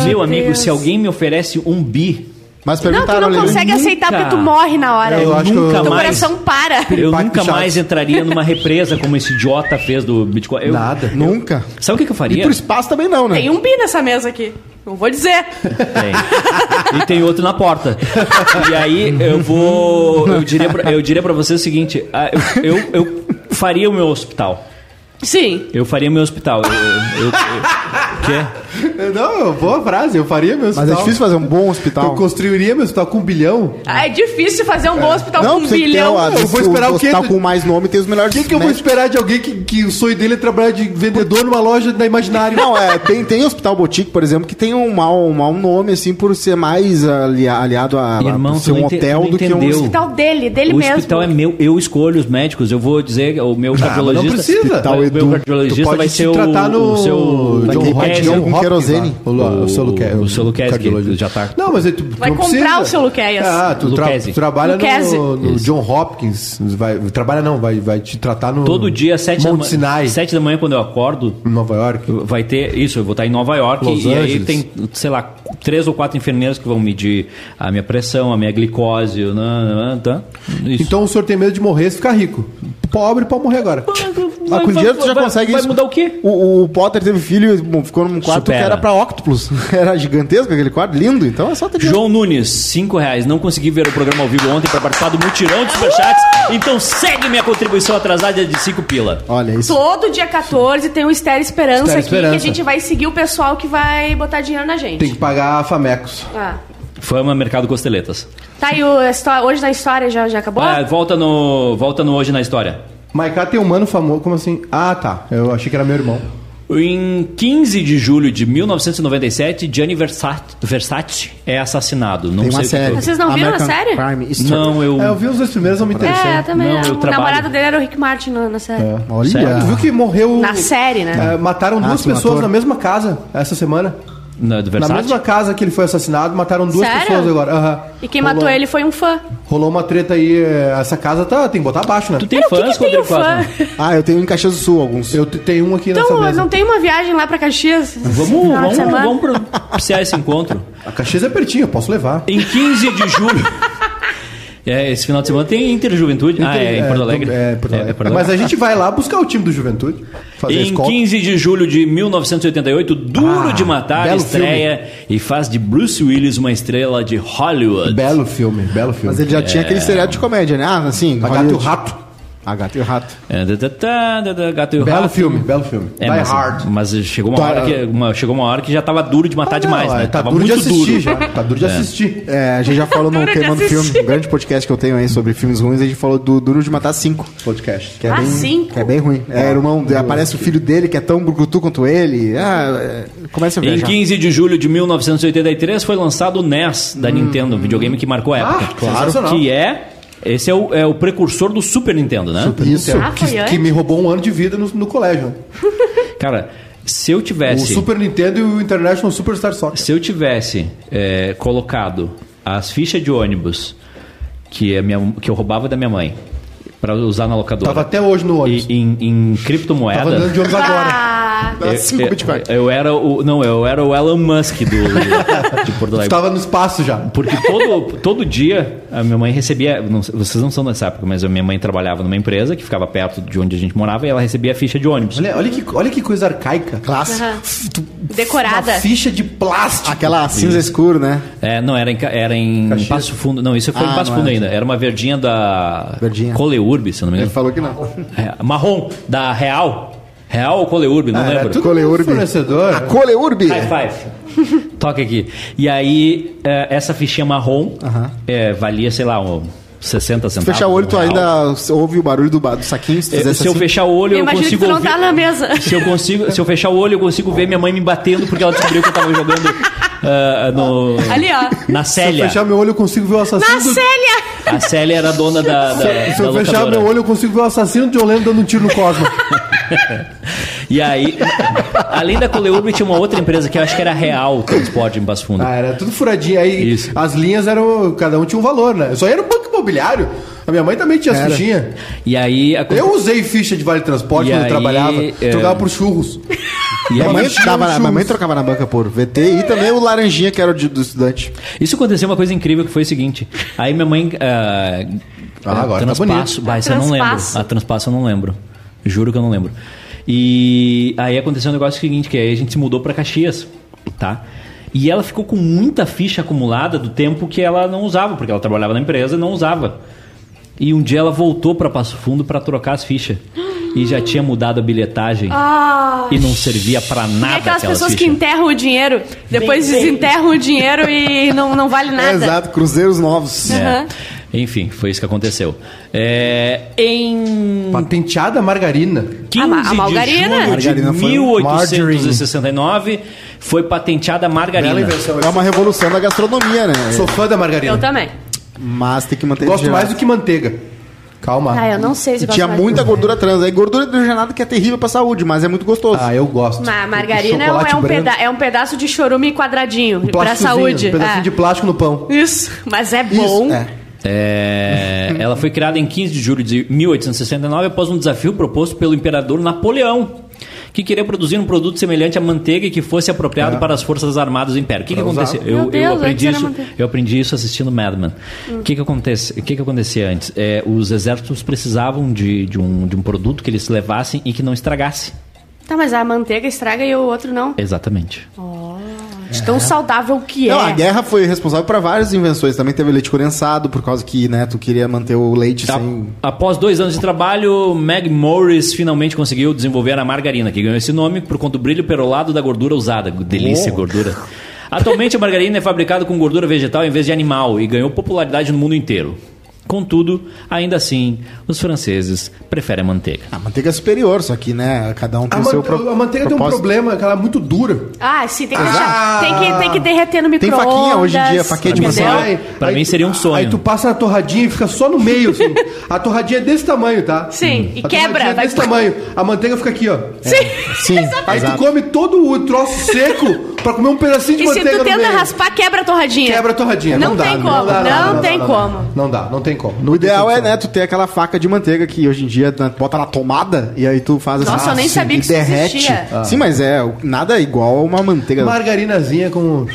Deus. amigo, se alguém me oferece 1 bi, Mas Não, tu perguntaram não ali. né? consegue Nunca. aceitar porque tu morre na hora. Eu acho que nunca eu- Teu mais. coração para. Eu Impacto nunca chato. mais entraria numa represa como esse idiota fez do Bitcoin. Eu- Nada. Nunca. Sabe o que, que eu E faria? pro espaço também não, né? Tem um bi nessa mesa aqui. Não vou dizer. Tem. E tem outro na porta. E aí eu vou. Eu diria pra, eu diria pra você o seguinte: ah, eu, eu, eu faria o meu hospital. Sim. Eu faria o meu hospital. Eu, eu, eu, eu- quê? Não, boa frase, eu faria meu Mas é difícil fazer um bom hospital. Eu construiria meu hospital com um bilhão. Ah, é difícil fazer um É. bom hospital com um tem que ter bilhão. o- a- Eu vou esperar o quê? hospital com mais nome tem os melhores. O que, que eu vou médicos. esperar de alguém que, que o sonho dele é trabalhar de vendedor numa loja da Imaginário? Não, é, tem, tem hospital boutique, por exemplo, que tem um mau, um mau nome, assim, por ser mais ali- aliado a, a- Irmão, por tu ser um não ente- hotel tu não do que um entendeu. hospital. hospital dele, dele o mesmo. hospital é meu, eu escolho os médicos. Eu vou dizer, o meu cardiologista. Ah, precisa. vai- O Edu, meu tu cardiologista vai ser o, tratar no... o Vai seu. John ter Hopkins. né? patilhão com Hopkins querosene. lá. O, o, o seu Luque- o seu Luquez, que cardiologista. já tá- Não, mas aí tu, tu Vai não comprar precisa. o seu Luquez. Ah, tu, tra- Luquezzi. tu trabalha Luquezzi. no, no John Hopkins. Vai, trabalha não, vai, vai te tratar no... Todo dia, sete da, Monte ma- Sinai, sete da manhã, quando eu acordo, em Nova York. Vai ter isso, eu vou estar em Nova York Los e aí Angeles. tem, sei lá, três ou quatro enfermeiros que vão medir a minha pressão, a minha glicose, o nã, nã, tá? Isso. Então o senhor tem medo de morrer se ficar rico. Pobre pode morrer agora. Então, Mas com dinheiro tu já consegue vai isso. mudar o quê? O, o Potter teve filho e bom, ficou num quarto Supera. que era pra octopus. Era gigantesco aquele quarto, lindo. Então é só ter dinheiro. João Nunes, cinco reais. Não consegui ver o programa ao vivo ontem para participar do mutirão de superchats. Então segue minha contribuição atrasada de cinco pila. Olha isso. Todo dia 14 tem o Estéreo Esperança Estéreo aqui, Esperança. que a gente vai seguir o pessoal que vai botar dinheiro na gente. Tem que pagar famecos. Ah. Fama Mercado Costeletas. Tá, e o, a histó- hoje na história já, já acabou? Ah, volta no, volta no hoje na história. Maiká tem um mano famoso, como assim? Ah, tá. Eu achei que era meu irmão. Em 15 de julho de 1997, Gianni Versace, Versace é assassinado. Não Tem sei uma o que série. foi. Vocês não viram a American série? Crime History. Não, eu. É, eu vi os dois primeiros, não me interessei. é, também. Não, é. eu o trabalho. namorado dele era o Rick Martin na, na série. É. Olha. Sério? Tu viu que morreu. Na série, né? É, mataram Ah, duas sim, um pessoas ator. na mesma casa essa semana. Na, do Na Versace? mesma casa que ele foi assassinado, mataram duas Sério? pessoas agora. Aham. E quem É. Rolou- matou ele foi um fã. Rolou uma treta aí. é, Essa casa tá, tem que botar abaixo, né? Tu tem Cara, o que fãs, que tem Rodrigo um fã? Cosma? Ah, eu tenho em Caxias do Sul alguns. Eu te- tenho um aqui nessa Então, mesa. não tem uma viagem lá pra Caxias? Vamos, Final vamos, de semana? vamos propiciar esse encontro. A Caxias é pertinho, eu posso levar. Em 15 de julho. É, esse final de semana tem Interjuventude. Ah, é, em Porto Alegre. É, Porto Alegre. É, é Porto Mas Alegre. a gente vai lá buscar o time do Juventude. Fazer Em escola. 15 de julho de 1988, Duro Ah, de Matar belo estreia e faz de Bruce Willis uma estrela de Hollywood. Belo filme, belo filme. Mas ele já É. tinha aquele seriado de comédia, né? Ah, assim. A Gato e o Hollywood. Rato. A Gato e o Rato. É, tá, tá, tá, tá, tá, Gato e o Belo Rato. filme, belo filme. É, Die mas, Hard. mas chegou uma, Tá. hora que, uma- chegou uma hora que já tava duro de matar demais, Não, né? é, Tá tava duro de muito assistir duro. já. Tá duro de assistir. É, a gente já falou no Duro de Queimando assistir. Filme, um grande podcast que eu tenho aí sobre filmes ruins, a gente falou do Duro de Matar 5. Podcast. Que é Ah, bem, cinco? Que é bem ruim. É, Ah, irmão, aparece o filho dele que é tão brucutu quanto ele. Ah, é, começa a Em viajar. 15 de julho de 1983 foi lançado o NES da Nintendo, um videogame que marcou a Hum. época. Ah, claro. sensacional. Que é. Esse é o, é o precursor do Super Nintendo, né? Isso, Ah, foi é que, antes? que me roubou um ano de vida no, no colégio. né? Cara, se eu O tivesse. Super Nintendo e o International Superstar Soccer. Se eu tivesse é, colocado as fichas de ônibus que, a minha, que eu roubava da minha mãe pra usar na locadora Tava até hoje no ônibus. e, em, em criptomoeda. Tava andando de ônibus agora. Ah, Dá cinco eu, Bitcoin. eu era o. Não, eu era o Elon Musk do, de Porto Tu Alegre. tava no espaço já. Porque todo, todo dia a minha mãe recebia. não sei- vocês não são dessa época, mas a minha mãe trabalhava numa empresa que ficava perto de onde a gente morava e ela recebia a ficha de ônibus. Olha, olha, que, olha que coisa arcaica. Clássico. decorada. Uma ficha de plástico. Aquela cinza escuro, né? É, não, era em, Ca- era em Caxias. Passo Fundo. Não, isso foi Ah, em Passo não Fundo era. ainda. Era uma verdinha da. Verdinha. Coleurb, se eu não me Ele engano. falou que não. É, marrom, da Real. Real ou Coleurb, não Ah, era lembro. tudo Coleurbe. fornecedor. Ah, A Coleurbe. High five. Toca aqui. E aí, é, essa fichinha marrom é, valia, sei lá, um, 60 Se centavos. fechar o olho, tu um real. ainda ouve o barulho do, ba- do saquinho. Se, tu É, Se fizesse eu assim. fechar o olho, Eu eu imagino que consigo tu não ouvir- tá na mesa. Se eu, consigo, se eu fechar o olho, eu consigo ver minha mãe me batendo porque ela descobriu que eu tava jogando ah, no, Ali, ó. na Se Célia. eu fechar meu olho, eu consigo ver o assassino. Na do- Célia! A Célia era a dona da. da Se É, da eu fechar locadora. meu olho, eu consigo ver o assassino de Oleno dando um tiro no Cosmo. E aí, além da Coleurbe, tinha uma outra empresa que eu acho que era Real Transporte em Passo Fundo. Ah, era tudo furadinho. Aí Isso. as linhas eram. Cada um tinha um valor, né? Eu só ia no banco imobiliário. A minha mãe também tinha as fichinhas. E aí. A... Eu usei ficha de vale transporte E quando eu aí, trabalhava. é- Trocava por churros. E aí- Minha mãe, Mas trocava na, churros. minha mãe trocava na banca por VT e também o laranjinha, que era o de- do estudante. Isso aconteceu uma coisa incrível que foi o seguinte. Aí minha mãe. ah, Ah, agora tá transpasso. Bah, isso eu não lembro. Transpasso. A transpasso eu não lembro. Juro que eu não lembro. E aí aconteceu um negócio seguinte, que aí a gente se mudou pra Caxias, tá? E ela ficou com muita ficha acumulada do tempo que ela não usava, porque ela trabalhava na empresa e não usava. E um dia ela voltou pra Passo Fundo pra trocar as fichas. E já tinha mudado a bilhetagem Ah. e não servia pra E nada aquelas pessoas que fichas. enterram o dinheiro, depois desenterram o dinheiro e não, não vale nada. É, Exato, Cruzeiros Novos. É. Aham. Enfim, foi isso que aconteceu. É, em Patenteada margarina. 15 A ma- a de margarina? junho de Margarina foi- 1869 foi patenteada a margarina. Bela invenção. É uma revolução da gastronomia, né? Sou fã da margarina. Eu também. Mas tem que manter Gosto gelado. mais do que manteiga. Calma. Ah, eu não sei E se eu gosto tinha mais muita de- gordura trans. Aí gordura hidrogenada que é terrível pra saúde, mas é muito gostoso. Ah, eu gosto. Mas a margarina é um, Chocolate é um branco. peda- é um pedaço de chorume quadradinho pra Plásticozinho, saúde. Um pedacinho É. de plástico no pão. Isso, mas é Isso, bom. é. É, ela foi criada em 15 de julho de 1869 após um desafio proposto pelo imperador Napoleão, que queria produzir um produto semelhante à manteiga e que fosse apropriado para as forças armadas do império. O que, que aconteceu? Meu Eu, Deus, eu antes aprendi era isso, manteiga. eu aprendi isso assistindo Mad Men. O que, que, acontece, o que, que acontecia antes? É, os exércitos precisavam de, de um, de um produto que eles levassem e que não estragasse. Tá, mas a manteiga estraga e o outro não. Exatamente. De tão saudável que é. Não, a guerra foi responsável pra várias invenções. Também teve leite condensado, por causa que, né, tu queria manter o leite Tá. sem... Após dois anos de trabalho, Meg Morris finalmente conseguiu desenvolver a margarina, que ganhou esse nome por conta do brilho perolado da gordura usada. Oh. Delícia, gordura. Atualmente, a margarina é fabricada com gordura vegetal em vez de animal e ganhou popularidade no mundo inteiro. Contudo, ainda assim, os franceses preferem a manteiga. Ah, A manteiga é superior, só que, né, cada um tem A, o seu man- pro- a manteiga tem um propósito. problema, que ela é muito dura. Ah, sim, tem que, Ah. deixar, tem que, tem que derreter no Tem micro-ondas. faquinha hoje em dia, faquinha de entendeu? Entendeu? Vai, Pra Tipo assim, aí mim tu- seria um sonho. Aí tu passa na torradinha e fica só no meio, assim. a torradinha é desse tamanho, tá? Sim, e A quebra, torradinha É vai- desse tamanho. A manteiga fica aqui, ó. Sim. Sim, Aí tu exato. come todo o troço seco pra comer um pedacinho de E se manteiga tu no tenta meio. raspar, quebra a torradinha. Quebra a torradinha. Não dá, tem né? como, dá, não dá, tem dá, como. Não dá, não tem como. Não O tem ideal é, como. né, tu ter aquela faca de manteiga que hoje em dia né, bota na tomada e aí tu faz assim. Nossa, eu nem sim, sabia e que isso derrete. existia. Sim, mas é, o- nada é igual a uma manteiga. Margarinazinha com.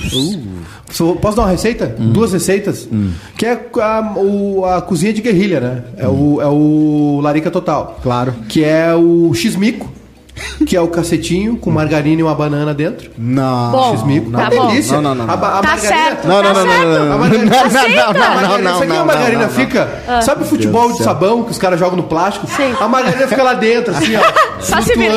Sou- Posso dar uma receita? Duas receitas. Que é a, o- a cozinha de guerrilha, né? É, o, é o Larica Total. Claro. Que é o X-Mico, que é o cacetinho com margarina e uma banana dentro. Não. Bom, X-Mico. tá Uma bom. delícia. Não, não, não, não. A, ba- a Tá margarina. certo, Não, tá não, não, não, certo. não, não, A margarina- não, A não, Aceita. não, não, margarina, não, isso aqui é não, uma margarina não, não. fica. Sabe o futebol de sabão que os caras jogam no plástico? Ah. Sim. A margarina fica lá dentro, assim, ó. Só se é vira.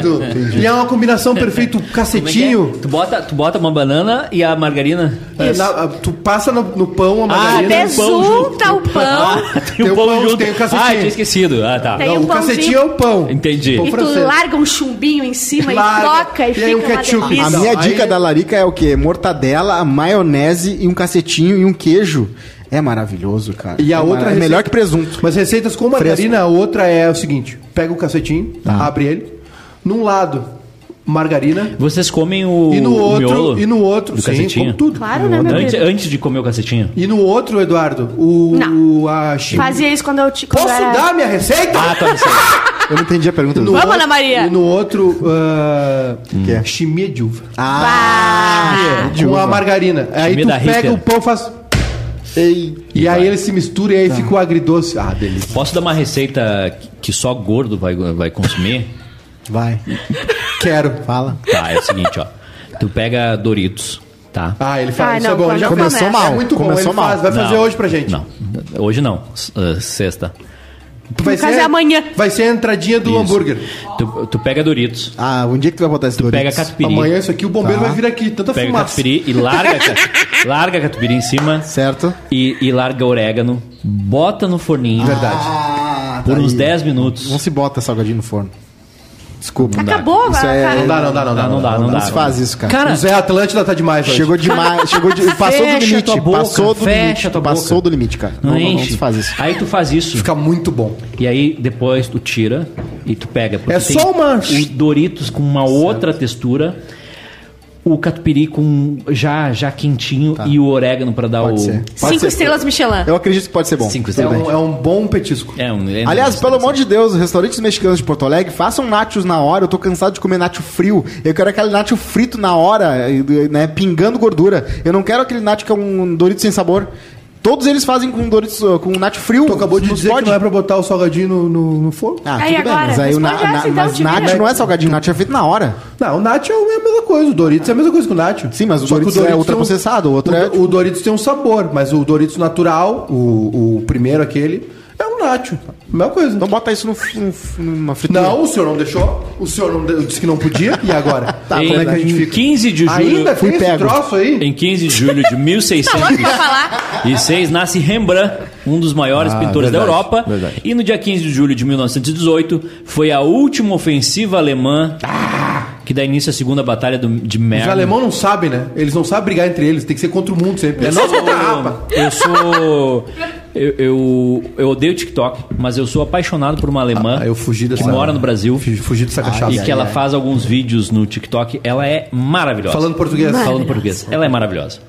flutuando. E é uma combinação perfeita, o cacetinho. Tu bota, tu bota uma banana e a margarina. É, na- tu passa no, no é pão a Ah, margarina. tem um pão junto. Ah, Besunta o pão. tem Tem o o pão pão, junto. tem o cacetinho. ah, tinha esquecido. Ah, tá. Tem Não, um o cacetinho pãozinho. é o pão. Entendi. Pão E tu francês. larga um chumbinho em cima Larga. e toca e, E aí fica um ketchup. uma A delícia. Não, minha aí- dica da Larica é o quê? Mortadela, maionese e um cacetinho e um queijo. É maravilhoso, cara. E a é outra mara- é receita- melhor que presunto. Mas receitas com margarina, a outra é o seguinte: pega o cacetinho, Tá. abre ele. Num lado, margarina. Vocês comem o, E no o miolo outro, e no outro, do sim, cacetinho? como tudo. Claro, né, meu Antes, querido? antes de comer o cacetinho? E no outro, Eduardo, o. Não. A chi- Fazia isso quando eu te. quando Posso eu era- dar minha receita? Ah, tá Eu não entendi a pergunta. No Vamos, outro- Ana Maria. E no outro, Hum. uh, Que é? chimia de uva. Ah, de com a uva. margarina. Aí tu da pega Ritter. o pão faz. Ei, E, aí E vai. Tá. ele se mistura e aí fica o agridoce. Ah, delícia. Posso dar uma receita que- que só gordo vai, vai consumir? Vai, Quero. fala. Tá, é o seguinte, ó. Tu pega Doritos, tá? Ah, ele fala, Ah, isso não, é bom. quando Ele já começa. fez. Começou É muito bom, mal, ele começou faz. Vai Não, fazer hoje pra gente. Não, hoje não. s- ah, sexta. Vai No caso é amanhã. Vai ser a entradinha do Isso. hambúrguer. Tu, tu pega Doritos, Ah, um dia que tu vai botar esse Doritos? pega catupiry, Amanhã isso aqui, o bombeiro Tá. vai vir aqui. Tanta pega fumaça. catupiry e larga, a ca- larga a catupiry em cima Certo. e, e larga orégano, bota no forninho Verdade. Ah, por tá uns aí. 10 minutos. Não se bota salgadinho no forno. Desculpa. Acabou, Isso vai, é... cara. Não dá, não dá, não dá. Não dá, não dá. se faz isso, cara. Cara, O Zé Atlântida tá demais, hoje. Chegou demais, chegou de... passou do Fecha limite, tua boca, passou do fecha limite, tua passou boca. do limite, cara. não, Não, não, não enche. se faz isso. Aí tu faz isso. Fica muito bom. E aí depois tu tira e tu pega. porque É tem só uma- O Doritos com uma outra textura. O catupiry com já, já quentinho Tá. e o orégano pra dar Pode o. ser. Pode Cinco ser. estrelas Michelin. Eu acredito que pode ser bom. Cinco Tudo É estrelas. bem. um, é um bom petisco. É um, é um- Aliás, pelo amor de Deus, os restaurantes mexicanos de Porto Alegre, façam nachos na hora. Eu tô cansado de comer nacho frio. Eu quero aquele nacho frito na hora, né, pingando gordura. Eu não quero aquele nacho que é um Doritos sem sabor. Todos eles fazem com Doritos, eh, com nacho frio. Tu acabou de Não dizer pode. que não é pra botar o salgadinho no, no, no fogo? Ah, Aí tudo agora, bem, mas aí o na, responde na- essa, então, mas te nacho vira. não é salgadinho, nacho é feito na hora. Não, o Nacho é a mesma coisa. O Doritos é a mesma coisa que o Nacho. Sim, mas o Só que Doritos é ultraprocessado, o outro é- O Doritos tem um sabor, mas o Doritos natural, o, o primeiro aquele, é um Nacho. Mesma coisa. Então bota isso no, no- numa fritura. Não, o senhor não deixou. O senhor não de- disse que não podia. E agora? tá, Em como é que a gente fica? 15 de julho. Ainda fui fica esse pego. troço aí? Em 15 de julho de 1606 nasce Rembrandt, um dos maiores pintores Ah, verdade, da Europa. verdade. E no dia 15 de julho de 1918 foi a última ofensiva alemã que dá início à Segunda Batalha do- de Ah! Os Mern. alemãos não sabem, né? Eles não sabem brigar entre eles. Tem que ser contra o mundo sempre. É Eu nós sou- contra a rapa. Eu sou. Eu, eu, eu odeio TikTok, mas eu sou apaixonado por uma alemã Ah, eu fugi dessa- que mora no Brasil Fugi- Fugi dessa cachaça. É. e que ela faz alguns vídeos no TikTok. Ela é maravilhosa. Falando português. Falando português. Ela é maravilhosa.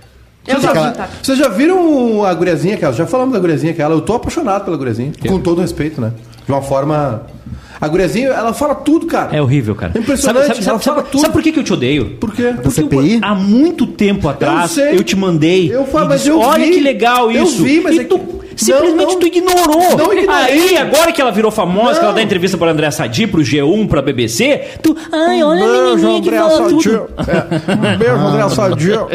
Eu Vocês já, gosto vi- de taco. vocês já viram a guriazinha aquela? Já falamos da guriazinha aquela. Eu tô apaixonado pela guriazinha. Com todo respeito, né? De uma forma... A guriazinha, ela fala tudo, cara. É horrível, cara. É impressionante, Sabe, sabe, ela sabe, fala sabe- tudo. sabe por que, que eu te odeio? Por quê? é Da CPI? Há muito tempo atrás eu, sei. te mandei. Eu fa- e mas disse, eu Olha vi. que legal Eu isso. vi, mas e é tu que- simplesmente Não, não. tu ignorou. Não ignorei. Aí, agora que ela virou famosa, que ela Não. dá entrevista para André Sadi, pro G1, pra BBC, tu. Ai, olha a menininha que fala tudo. É. Um beijo, André Sadio.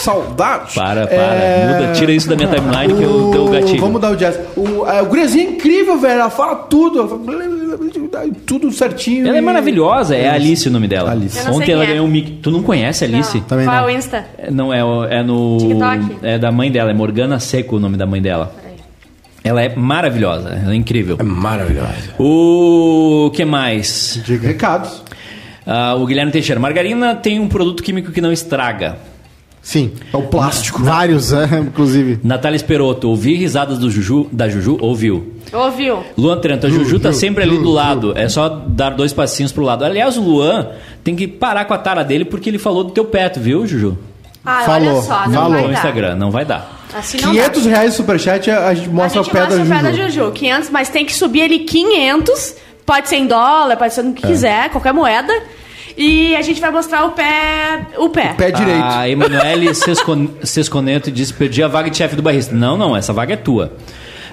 Saudade. Para, para. Muda, tira isso da minha timeline que eu dou o gatilho. Vamos dar É. o jazz. O, a guriazinha é incrível, velho. Ela fala tudo. Ela fala- Tudo certinho. Ela é e- maravilhosa, é a Alice o nome dela. Alice. Tá. Eu não sei Ontem quem ela é. ganhou um mic. Tu não conhece a Alice? Não. Também Qual é não. o Insta? É, Não, é, o- é no. TikTok? É da mãe dela, é Morgana Seco o nome da mãe dela. Ela é maravilhosa, ela é incrível. Maravilhosa. O que mais? Recados. Ah, o Guilherme Teixeira. Margarina tem um produto químico que não estraga. Sim. É o plástico. Vários, é, inclusive. Natália Esperoto, ouvi risadas do Juju, da Juju, ouviu. Ouviu? Luan Trento, a Juju tá sempre ali do lado. É só dar dois passinhos pro lado. Aliás, o Luan tem que parar com a tara dele porque ele falou do teu pet, viu, Juju? Ah, Falou, olha só, não falou. vai No dar. Instagram, não vai dar. Assim não dá. 500 reais superchat, a a gente mostra a o gente pé da mostra o pé da Juju. Juju. 500, mas tem que subir ele 500. Pode ser em dólar, pode ser no que quiser, qualquer moeda. E a gente vai mostrar o pé. O pé. Pé direito. A Emanuele Sescon- Sesconeto disse: perdi a vaga de chefe do barrista. Não, não, essa vaga é tua.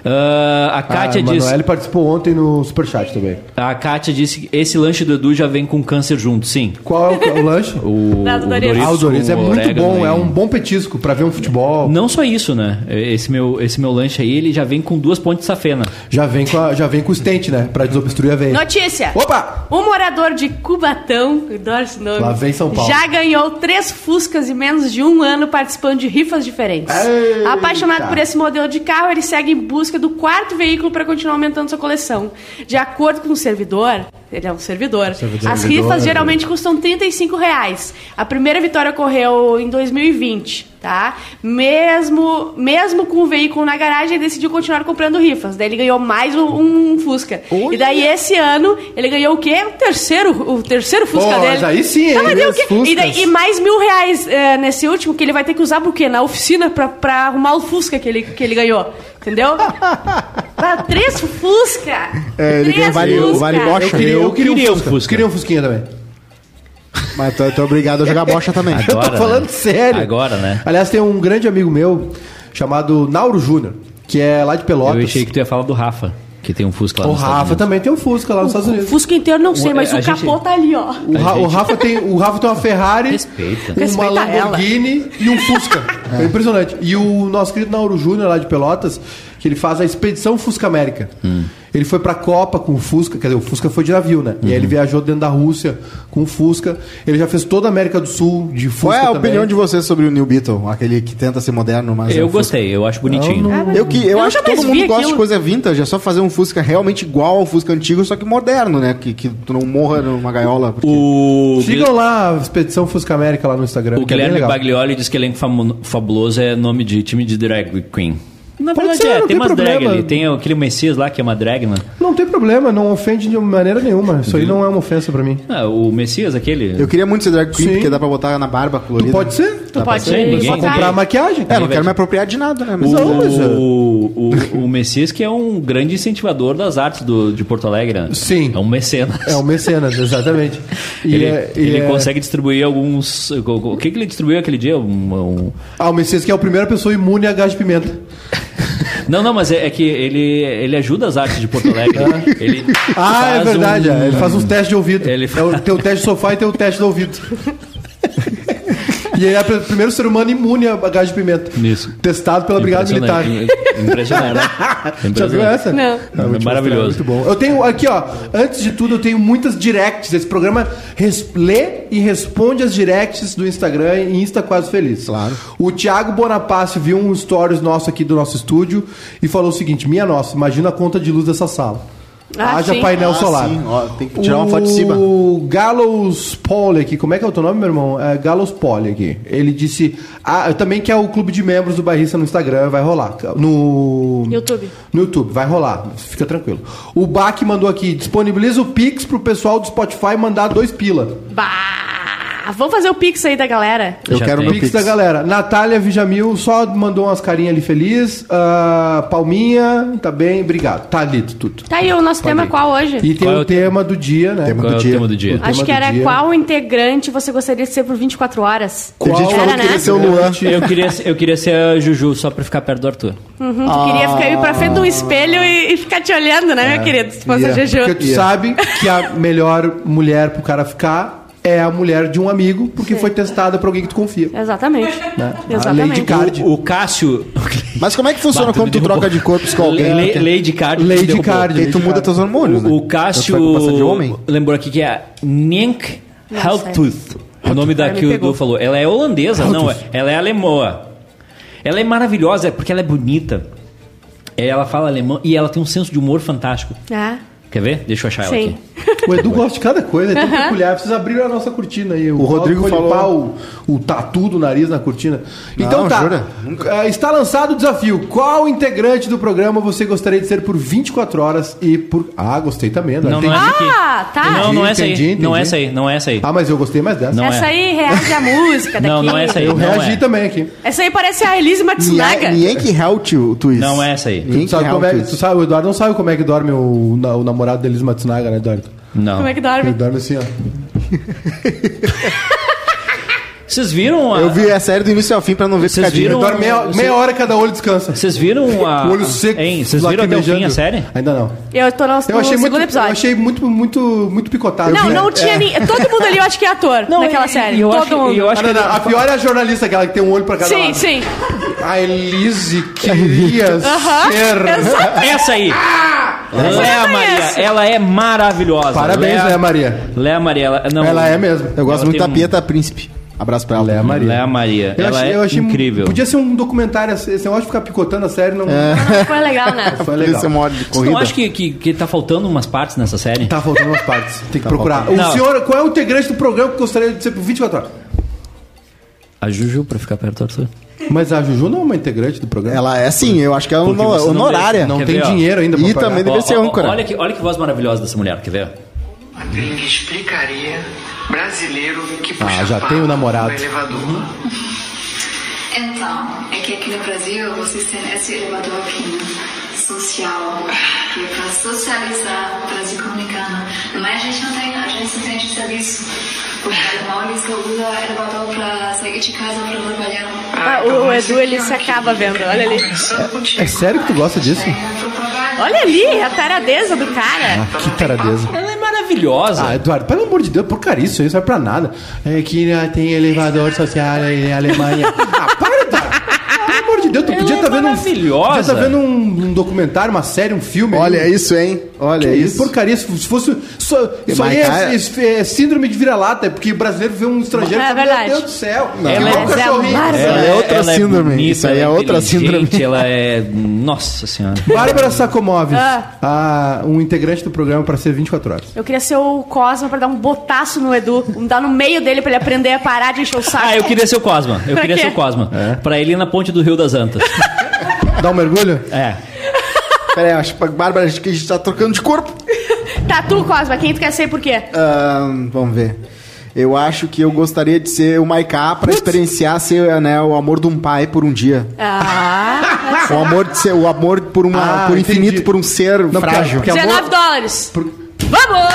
Ah, a Kátia a disse. Manoel participou ontem no superchat também. A Kátia disse que esse lanche do Edu já vem com câncer junto, sim. Qual é o, o lanche? O, Nada do Doritos. Ah, o Doritos é com muito orégano bom, e- é um bom petisco pra ver um futebol. Não só isso, né? Esse meu, esse meu lanche aí, ele já vem com duas pontes de safena. Já vem com a, já vem com o stent, né? Pra desobstruir a veia. Notícia. Opa! Um morador de Cubatão, eu adoro esse nome. Lá vem São Paulo. Já ganhou três Fuscas em menos de um ano participando de rifas diferentes. Eita! Apaixonado por esse modelo de carro, ele segue em busca do quarto veículo para continuar aumentando sua coleção. De acordo com o servidor, ele é um servidor, as rifas geralmente custam 35 reais. A primeira vitória ocorreu em 2020. Tá? Mesmo, mesmo com o veículo na garagem, ele decidiu continuar comprando rifas. Daí ele ganhou mais um, um Fusca. E daí esse ano ele ganhou o quê? O terceiro, o terceiro Fusca Pô, dele. mas aí sim, hein? Não, mas daí o quê? Três Fuscas. E, daí- e mais mil reais é, nesse último que ele vai ter que usar pro quê? Na oficina pra, pra arrumar o Fusca que ele, que ele ganhou. Entendeu? Pra três Fusca! É, ele ganha vale- vale bocha. Eu queria, eu queria, queria um Fusca. Queria um Fusquinha também. Mas tu tu é obrigado a jogar bocha também. Agora, eu tô falando né? sério. Agora, né? Aliás, tem um grande amigo meu chamado Nauro Júnior, que é lá de Eu Pelotas. achei que tu ia falar do Rafa, que tem um Fusca lá O nos Estados Rafa Unidos. também tem um Fusca lá nos Estados Unidos. Fusca inteiro não sei, O- mas a o gente- capô tá ali, ó. O, Ra- Ai, o gente. Rafa tem, o Rafa tem uma Ferrari, Respeita. uma Respeita Lamborghini e um Fusca. É. impressionante. E o nosso querido Nauro Júnior lá de Pelotas, que ele faz a Expedição Fusca América. Hum. Ele foi pra Copa com o Fusca, quer dizer, o Fusca foi de navio, né? E aí ele Uhum. viajou dentro da Rússia com o Fusca. Ele já fez toda a América do Sul de Fusca Qual é a também. opinião de vocês sobre o New Beetle? Aquele que tenta ser moderno, mas... é Eu um Fusca. gostei, eu acho bonitinho. Não, não- Eu, que, eu, Eu acho que nunca mais todo vi mundo gosta aquilo. de coisa vintage. É só fazer um Fusca realmente igual ao Fusca antigo, só que moderno, né? Que, que tu não morra numa gaiola. porque- O, Gui- Sigam lá a Expedição Fusca América lá no Instagram. o que é bem Guilherme legal. Baglioli diz que elenco famu- fabuloso é nome de time de drag queen. Na Pode ser, verdade é, não tem tem umas drag problema. ali. Tem aquele Messias lá que é uma drag, né? Não tem problema, não ofende de maneira nenhuma. Isso aí não é uma ofensa pra mim. Ah, o Messias, aquele. Eu queria muito ser drag queen, Sim. porque dá pra botar na barba colorida. Pode ser? Tu pode ser, Tá ninguém Só botar comprar aí. a maquiagem. É, não quero me apropriar de nada, né? Mas O, Não, mas é. o, o Messias, que é um grande incentivador das artes do, de Porto Alegre, né? Sim. É um mecenas. É o mecenas, exatamente. E ele é- e ele é- consegue distribuir alguns. O que, que ele distribuiu aquele dia? Um- um- Ah, o Messias que é a primeira pessoa imune a gás de pimenta. Não, não, mas é, é que ele, ele ajuda as artes de Porto Alegre. ele Ah, é faz verdade. um- é. Ele faz uns testes de ouvido. Ele É o- Tem o teste de sofá e tem o teste do ouvido. e ele é o primeiro ser humano imune a gás de pimenta. Isso. Testado pela Brigada Militar. Impressionante, Impressionante. né? Já viu Impressionante. essa? Não. Eu vou te Maravilhoso. mostrar, é Muito bom. Eu tenho aqui, ó. Antes de tudo, eu tenho muitas directs. Esse programa res- lê e responde as directs do Instagram e Insta Quase Feliz. Claro. O Thiago Bonaparte viu um stories nosso aqui do nosso estúdio e falou o seguinte: minha nossa, imagina a conta de luz dessa sala. Ah, Haja sim. painel Ah, solar. sim, ó, tem que tirar uma foto de cima. O Gallows Pole aqui, como é que é o teu nome, meu irmão? É Gallows Pole aqui. Ele disse. Ah, eu também quer o clube de membros do Barrista no Instagram, vai rolar. No. YouTube. No YouTube, vai rolar, fica tranquilo. O Bach mandou aqui, disponibiliza o Pix pro pessoal do Spotify mandar dois pila. Bah! Vamos fazer o pix aí da galera. Eu Já quero tem. meu Pix, da galera. Natália Vijamil só mandou umas carinhas ali feliz. Ah, palminha, tá bem, obrigado. Tá lido tudo. Tá aí, o nosso tema é qual hoje? E tem Qual é o o tema do dia, né? Tema Qual é o do dia. tema do dia? Acho tema do que era dia. qual integrante você gostaria de ser por 24 horas? Tem é gente era, falando que né? queria ser o Luan. Eu queria, ser- eu queria ser a Juju só pra ficar perto do Arthur. Hum, tu queria ficar ir pra frente Ah. de um espelho e, e ficar te olhando, né, meu querido? Se fosse a Yeah. Juju. É. Porque tu sabe que a melhor mulher pro cara ficar é a mulher de um amigo, porque foi testada por alguém que tu confia. Exatamente. Né? Ah, A Lady Exatamente. Card. O, o Cássio. Mas como é que funciona Bah, tu me quando tu derrubou. troca de corpos com alguém? Le- le- Lady Card. me Lady derrubou. Card. Porque aí tu muda teus Então, hormônios, né? O Tu vai passar de homem? Cássio lembrou aqui que é a Nink Heltooth. O nome da Cara, me que o pegou. Edu falou. Ela é holandesa, não. é- Ela é alemoa. Ela é maravilhosa, é porque ela é bonita. É, Ela fala alemão e ela tem um senso de humor fantástico. Ah, Quer ver? Deixa eu achar ela sim. aqui. O Edu gosta de cada coisa, é tão peculiar. Vocês abriram a nossa cortina aí. O, Rodrigo Paulo foi falou- limpar O, o tatu do nariz na cortina. então tá. jura? Ah, Está lançado o desafio. Qual integrante do programa você gostaria de ser por 24 horas e por. Ah, gostei também. né? Não, não Entendi. é essa aqui. Ah, tá. Não, não é essa aí. Entendi, entendi. Não é essa aí, não é essa aí. Ah, mas eu gostei mais dessa. Não essa é. aí reage à música daqui. Não, não é essa aí. eu não reagi é. também aqui. Essa aí parece a Elise é, Matsunaga. Nienke Helt, o twist. Não é essa aí. Nienke Tu sabe como é, tu Helt. sabe, o Eduardo não sabe como é que dorme o, na- o namorado da Elisa Matsunaga, né, Eduardo? Não. Como é que Ele dorme? dorme assim, ó. Vocês viram a. Eu vi a série do início ao fim pra não ver Vocês picadinho. viram- Dorme meia, Você- meia hora cada olho descansa. Vocês viram a. O olho seco. Ah, Hein, vocês viram até o fim a lacrimejando. série? Ainda não. Eu tô no, no Eu achei, segundo muito, eu episódio. achei muito, muito, muito picotado. Não, né? não tinha É. nem. Todo mundo ali eu acho que é ator naquela e- série. e eu Todo acho que- mundo. eu acho Ah, não, não, A pior é a jornalista, aquela que tem um olho pra cada sim, lado. sim. A Elise queria Aham. ser... Exato. Essa aí! Ah! Léa Maria, essa. ela é maravilhosa. Parabéns, Léa Maria. Léa Maria, ela, não, Ela é mesmo. Eu gosto Ela muito tem da um- Pieta Príncipe. Abraço pra ela. é- Léa Maria. Léa Maria, Eu ela achei- é eu achei- incrível. Podia ser um documentário, assim, eu acho que ficar picotando a série não... Não foi legal, né? Foi Esse legal. modo de Você não corrida. acha Então, que, que, que tá faltando umas partes nessa série? Tá faltando umas partes, tem que procurar. faltando. O Não. senhor, qual é o integrante do programa que gostaria de ser por 24 horas? A Juju, pra ficar perto do Arthur. Mas a Juju não é uma integrante do programa. Ela é sim, eu acho que ela é Porque honor- você não honorária. vê- não Quer tem ver, ó? dinheiro ainda E também Ó, deve ser ó, ó, âncora. olha, que, olha que voz maravilhosa ddessa mulher, quer ver? Ele explicaria brasileiro que puxa Ah, já papo tem o namorado. no elevador. Então, é que aqui no Brasil vocês têm esse elevador aqui, né? Social, que é para socializar, para se comunicar. né? Mas a gente não tem, a gente não tem de serviço. Porque alemão eles usam elevador para sair de casa para trabalhar. Ah, o, o Edu, ele se acaba vendo. Olha ali. Conversando contigo. É sério que tu gosta disso? Pro trabalho. Olha ali a taradeza do cara. Ah, Que taradeza. Ela é maravilhosa. Ah, Eduardo, pelo amor de Deus, porcaria isso aí, não serve pra É nada. É que né, tem elevador social em Alemanha. ah, para, Eduardo. né, Pelo amor de Deus, tu Ela podia é estar vendo um. maravilhosa. Podia estar vendo um, um documentário, uma série, um filme. Olha isso, hein? Olha Que isso. Porcaria, se fosse. Só, isso aí Mas, cara- é, é- é síndrome de vira-lata, é porque brasileiro vê um estrangeiro É e fala, verdade. meu Deus do céu. Ela igual é um cachorrinho. maravilhosa. Ela é outra síndrome. Isso aí ela é outra inteligente, síndrome. Ela é. Nossa senhora. Bárbara Sacomoves, Ah. a- um integrante do programa para ser 24 horas. Eu queria ser o Cosma pra dar um botaço no Edu, um dar no meio dele pra ele aprender a parar de encher o saco. Ah, eu queria ser o Cosma. Eu Pra queria quê? ser o Cosma. Pra ele ir na ponte do Rio das Antas. Dá um mergulho? É. Peraí, acho que, Bárbara, acho que a gente tá trocando de corpo. Tá, tu, Cosma, quem tu quer ser e por quê? Ahn, vamos ver. Eu acho que eu gostaria de ser o Maiká pra experienciar ser, né, o amor de um pai por um dia. Ah, O amor de ser, o amor por uma, Ah, por infinito, entendi. por um ser Não, porque- frágil. porque- 19 amor- dólares. Vamos!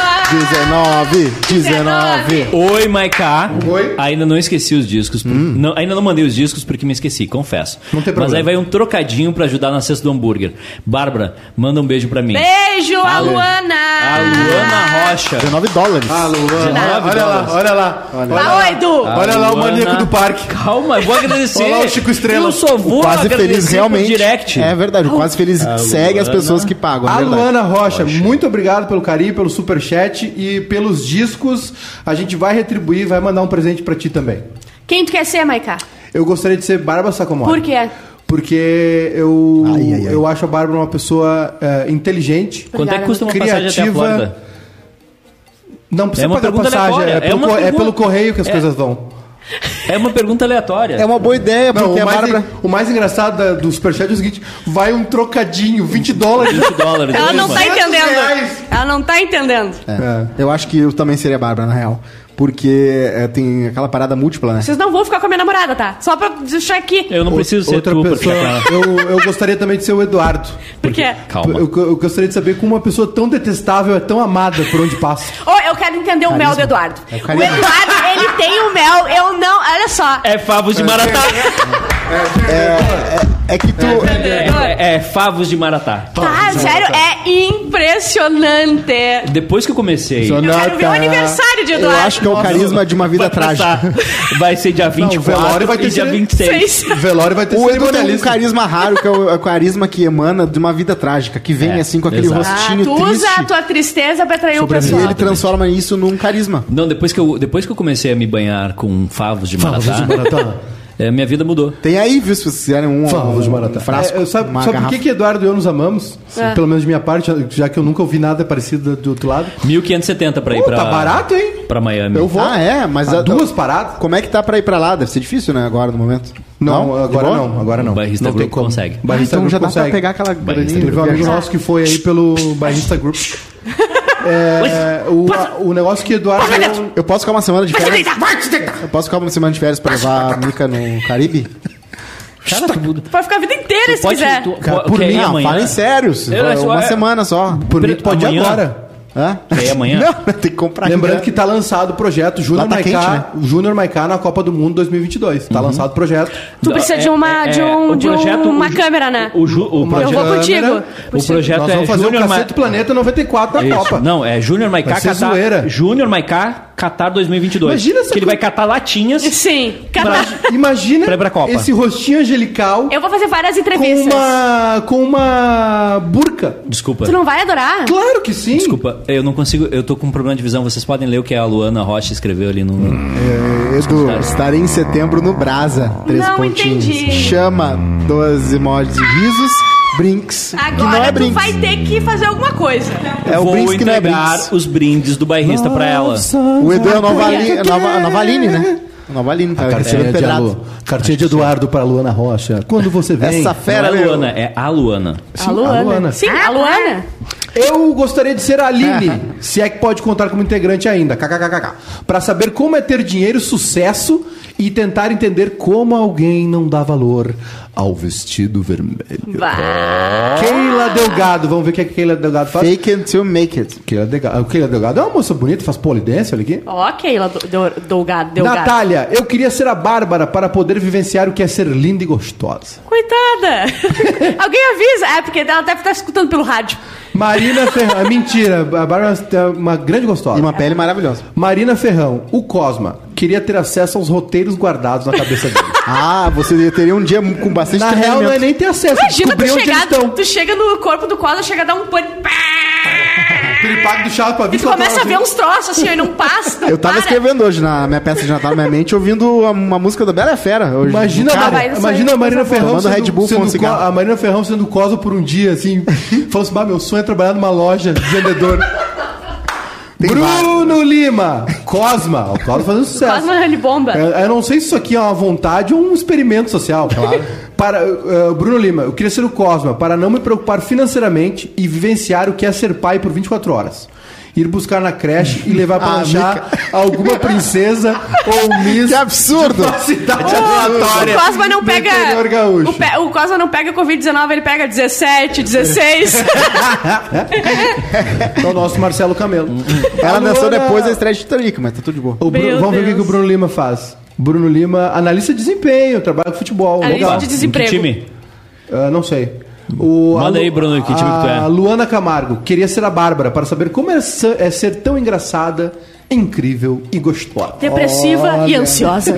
19, 19. Oi, Maiká. Oi. Hum. Ainda não esqueci os discos. por- Não, ainda não mandei os discos porque me esqueci, confesso. Não tem Mas problema. aí vai um trocadinho pra ajudar na cesta do hambúrguer. Bárbara, manda um beijo pra mim. Beijo, a Alô. Luana! A Luana Rocha. 19 dólares. Olha, Olha lá, olha lá. Olha lá, Vai, ô, Edu! Olha lá o Luana- maníaco do parque. Calma, eu vou agradecer. Olha lá o Chico Estrela. Eu só vou Quase agradecer feliz por realmente. direct. É verdade, o quase feliz Ah, segue as Luana. pessoas que pagam. é A verdade. Luana Rocha, muito obrigado pelo carinho, pelo superchat e pelos discos. A gente vai retribuir, vai mandar um presente pra ti também. Quem tu quer ser, Maiká? Eu gostaria de ser Bárbara Sacomori. Por quê? Porque eu, Ai, ai, ai. eu acho a Bárbara uma pessoa eh, inteligente. Quanto é que Obrigada. custa uma passagem até a Criativa. Flórida? Não precisa É uma pagar pergunta passagem, aleatória, é é pelo, uma co- é pergunta. pelo correio que as É. coisas vão. É uma pergunta aleatória. É uma boa ideia, Não, porque o, a mais, Bárbara. o mais engraçado da- do Superchat é o seguinte: vai um trocadinho, 20 dólares. 20 dólares. é Ela não Isso. tá 200 reais. entendendo. Ela não tá entendendo. É. Eu acho que eu também seria a Bárbara, na real. Porque é, tem aquela parada múltipla, né? Vocês não vão ficar com a minha namorada, tá? Só pra deixar aqui. Eu não preciso ser Outra tu, porque é tá. pessoa. Eu, eu gostaria também de ser o Eduardo. Por quê? Calma. Eu, eu gostaria de saber como uma pessoa tão detestável é tão amada por onde passa. Ô, eu quero entender o mel do Eduardo. o Eduardo, ele tem o mel, eu não. Olha só. É favos de Maratá. É que tu. É, é, é favos de Maratá. Tá, sério, é impressionante. Depois que eu é comecei... Eu quero ver o aniversário de Eu Eduardo. acho que é o carisma de uma vida Vai trágica. passar. Vai ser dia 24 velório vai ter e dia ser- 26. Vocês- O velório vai ter O sido Edu tem um carisma raro, que é o, é o carisma que emana de uma vida trágica, que vem É, assim com aquele exato. Ah, rostinho tu triste. usa a tua tristeza pra atrair o pessoal. E ele transforma isso num carisma. Não, depois que, eu, depois que eu comecei a me banhar com favos de Maratá, Maratá. é, minha vida mudou. Tem aí, viu, se vocês fizerem um, um, Favos de um Maratá. frasco, É, eu- sabe uma sabe por garrafa. que, que Eduardo e eu nos amamos? Pelo menos de minha parte, já que eu nunca ouvi nada parecido do outro lado. 1.570 pra ir Pô, pra... tá barato, hein? Pra Miami. Eu vou. Ah, é? Mas Tá a- duas paradas? Como é que tá pra ir pra lá? Deve ser difícil, né, agora, no momento. Não, De agora boa? não, agora não. O barrista não Group consegue. Ah, Barrista então Group já dá consegue. pra pegar aquela graninha. né? Group. Teve um pra amigo viajar. nosso que foi aí pelo Barrista Group. É, o, a- o negócio que Eduardo. e eu- Eu posso ficar uma semana de férias? Eu posso ficar uma semana de férias pra levar a Mica no Caribe? Cara, tu, tu Pode ficar a vida inteira se pode... quiser. Tu, Cara, po- por quer mim, ir ah, amanhã? fala em sério. Eu acho- Uma é- semana só. é Por mim, tu pode ir Amanhã? agora. Hã? Quer ir amanhã? Não, tem que comprar Lembrando aqui, que né? tá lançado o projeto Júnior Lá tá Maiká, quente, o Júnior Maiká na Copa do Mundo 2022. Tá lançado o projeto. Tu precisa de uma- de um- é- o de projeto- uma o ju- câmera, né? O, ju- o Eu projeto, vou Câmera, contigo. o projeto Nós é vamos fazer o Júnior Ma- Cacete Planeta 94 na Isso. Copa. Não, é Júnior Maiká Vai ser Catar. zoeira. Júnior Maiká Catar 2022. Imagina essa que ele coisa. vai catar latinhas. Sim. Pra- Catar- Imagina Pra ir pra Copa. esse rostinho angelical Eu vou fazer várias com entrevistas. uma, com uma burca. Desculpa. Tu não vai adorar? Claro que sim. Desculpa, eu não consigo. Eu tô com um problema de visão. Vocês podem ler o que a Luana Rocha escreveu ali no. Hum. eh, Edu, estarei em setembro no Brasa. Três Não pontinhos. entendi. Chama dois emojis de risos, brinks, que Agora não é tu brinks. vai ter que fazer alguma coisa. É o Vou brinks que não é entregar brinks. os brindes do bairrista pra ela. O Edu é o Nova, Li, é Nova, Nova Aline, né? Nova Aline, tá recebendo é pedrado. Cartinha de Eduardo para Luana Rocha. Quando você vem. Essa Não fera, é meu. Luana, é a Luana. Sim, a Luana. a Luana. Sim, a Luana. Eu gostaria de ser a Aline, se é que pode contar como integrante ainda. KKKKK. Para saber como é ter dinheiro, sucesso e tentar entender como alguém não dá valor ao vestido vermelho. Vá. Ah! Keila Delgado, vamos ver o que a Keila Delgado faz. Fake it till make it. Keila Delgado, Keila Delgado é uma moça bonita, faz polidência, olha aqui. Ok, ela Delgado. Delgado. Natália, eu queria ser a Bárbara para poder vivenciar o que é ser linda e gostosa. Coitada! Alguém avisa? É, porque ela deve estar escutando pelo rádio. Marina Ferrão, mentira, a Bárbara é uma grande E gostosa. uma pele maravilhosa. Marina Ferrão, o Cosma. queria ter acesso aos roteiros guardados na cabeça dele. Ah, você teria um dia com bastante na real, não é nem ter acesso, é Imagina tá tu descobrir onde eles chegar, estão. tu chega no corpo do quadro, chega a dar um pânico. pá! Piripaque do Chaves pra E tu 24 começa a horas. ver uns troços assim, ó, e não passa. não Eu tava para. escrevendo hoje na minha peça de Natal, na minha mente, ouvindo a- uma música da Bela e a Fera. Hoje, Imagina, a, no carro. Vai, Mari- isso imagina aí, a Marina coisa boa. Ferrão Tomando sendo, Red Bull com um sendo co- cigarro. a Marina Ferrão sendo cosa por um dia, assim, falando assim, "Bah, meu sonho é trabalhar numa loja de vendedor. Bruno né? Lima, Cosma, o Cosma fazendo sucesso. Quase uma bomba. Eu, eu não sei se isso aqui é uma vontade ou um experimento social. Claro. Para, eh, Bruno Lima, eu queria ser o Cosma para não me preocupar financeiramente e vivenciar o que é ser pai por 24 horas. Ir buscar na creche e levar para Ah, lanchar alguma princesa ou um miss. Que absurdo! de uma é, cidade O aleatória Cosma não do pega. interior gaúcho. O, pe- o Cosma não pega Covid-19, ele pega 17, 16. É o nosso Marcelo Camelo. Ela Alô, nasceu Ana. depois da estreia de Titanic, mas tá tudo de boa. O Bruno- Meu vamos ver o que Deus. que o Bruno Lima faz. Bruno Lima, analista de desempenho, trabalha com futebol. Analista legal. de desemprego. Que time? Ah, não sei. O, Manda a Lu- aí, Bruno, que time que tu é? a Luana Camargo queria ser a Bárbara para saber como é ser, é ser tão engraçada, incrível e gostosa. Depressiva e ansiosa.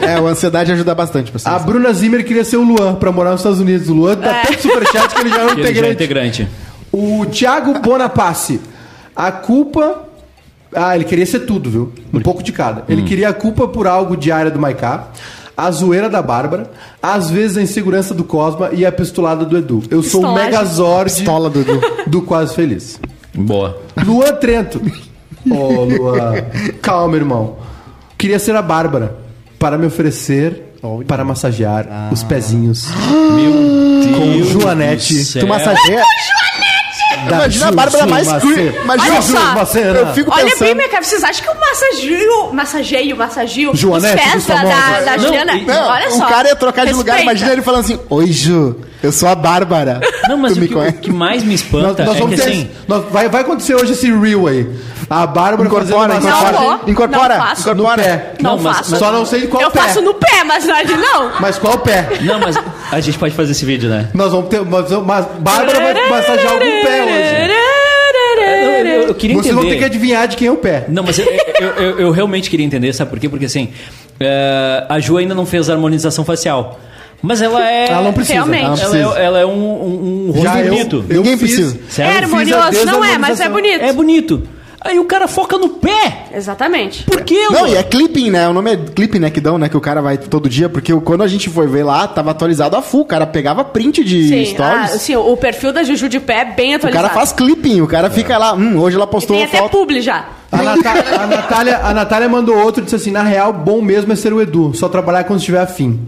É, a ansiedade ajuda bastante, pessoal. A Bruna Zimmer queria ser o Luan para morar nos Estados Unidos. O Luan tá tanto superchat que ele já é um Que ele já é integrante. integrante. O Thiago Bonapace. A culpa. Ah, ele queria ser tudo, viu? Um pouco de cada. Hum. Ele queria a culpa por algo diária do Maiká, a zoeira da Bárbara, às vezes a insegurança do Cosma e a pistolada do Edu. Eu sou o Pistolagem. megazord Pistola do Edu. do Quase Feliz. Boa. Luan Trento. Ô, Luan. Calma, irmão. Queria ser a Bárbara para me oferecer para massagear Ah. os pezinhos Meu Deus. com do Joanete. céu. Tu massageia. Imagina a Bárbara mais Macena. cru- Imagina Olha só. Eu fico Olha bem, pensando. minha cara, vocês acham que o massageio, massageio, massageio, Joanete os pés dos da, da, famosos. da Não, Juliana, e- Não, olha o só. cara ia trocar de lugar, Respeita. imagina ele falando assim: Oi, Ju, eu sou a Bárbara. Não, mas tu o me que, o conhece? que mais me Nós, Tá, espanta nós é vamos que ter assim. esse- nós- vai, vai acontecer hoje esse reel aí. A Bárbara Incorpora, fazendo Não massagem. vou. Incorpora, não faço. incorpora. No pé. Não, Não, mas- faço. mas- Só não sei qual Eu pé. faço no pé, mas na de não. Mas qual pé? Não, mas a gente pode fazer esse vídeo, né? Nós vamos ter. Mas, mas Bárbara vai massagear algum pé hoje. Eu, eu- eu queria Vocês vão ter que entender. adivinhar de quem é o pé. Não, mas eu, eu- eu- eu realmente queria entender, sabe por quê? Porque assim, é, a Ju ainda não fez a harmonização facial. Mas ela é. Ela não precisa. Realmente. Ela não Ela precisa. é, ela é um, um, um rosto Já eu, bonito. eu Ninguém fiz- precisa. É Sério? harmonioso, fiz a não é, mas é desarmonização. bonito. É bonito. Aí o cara foca no pé. Exatamente. Por que, Não, mano? e é clipping, né? O nome é clipping, né? Que dão, né? Que o cara vai todo dia, porque o- quando a gente foi ver lá, tava atualizado a full. O cara pegava print de Sim, ah, stories. sim, o perfil da Juju de pé é bem o atualizado. cara faz clipping, o cara fica lá, hum, hoje ela postou Tem uma até foto. publi já. A, Nata- a Natália, a Natália mandou outro e disse assim: na real, bom mesmo é ser o Edu, só trabalhar quando estiver afim.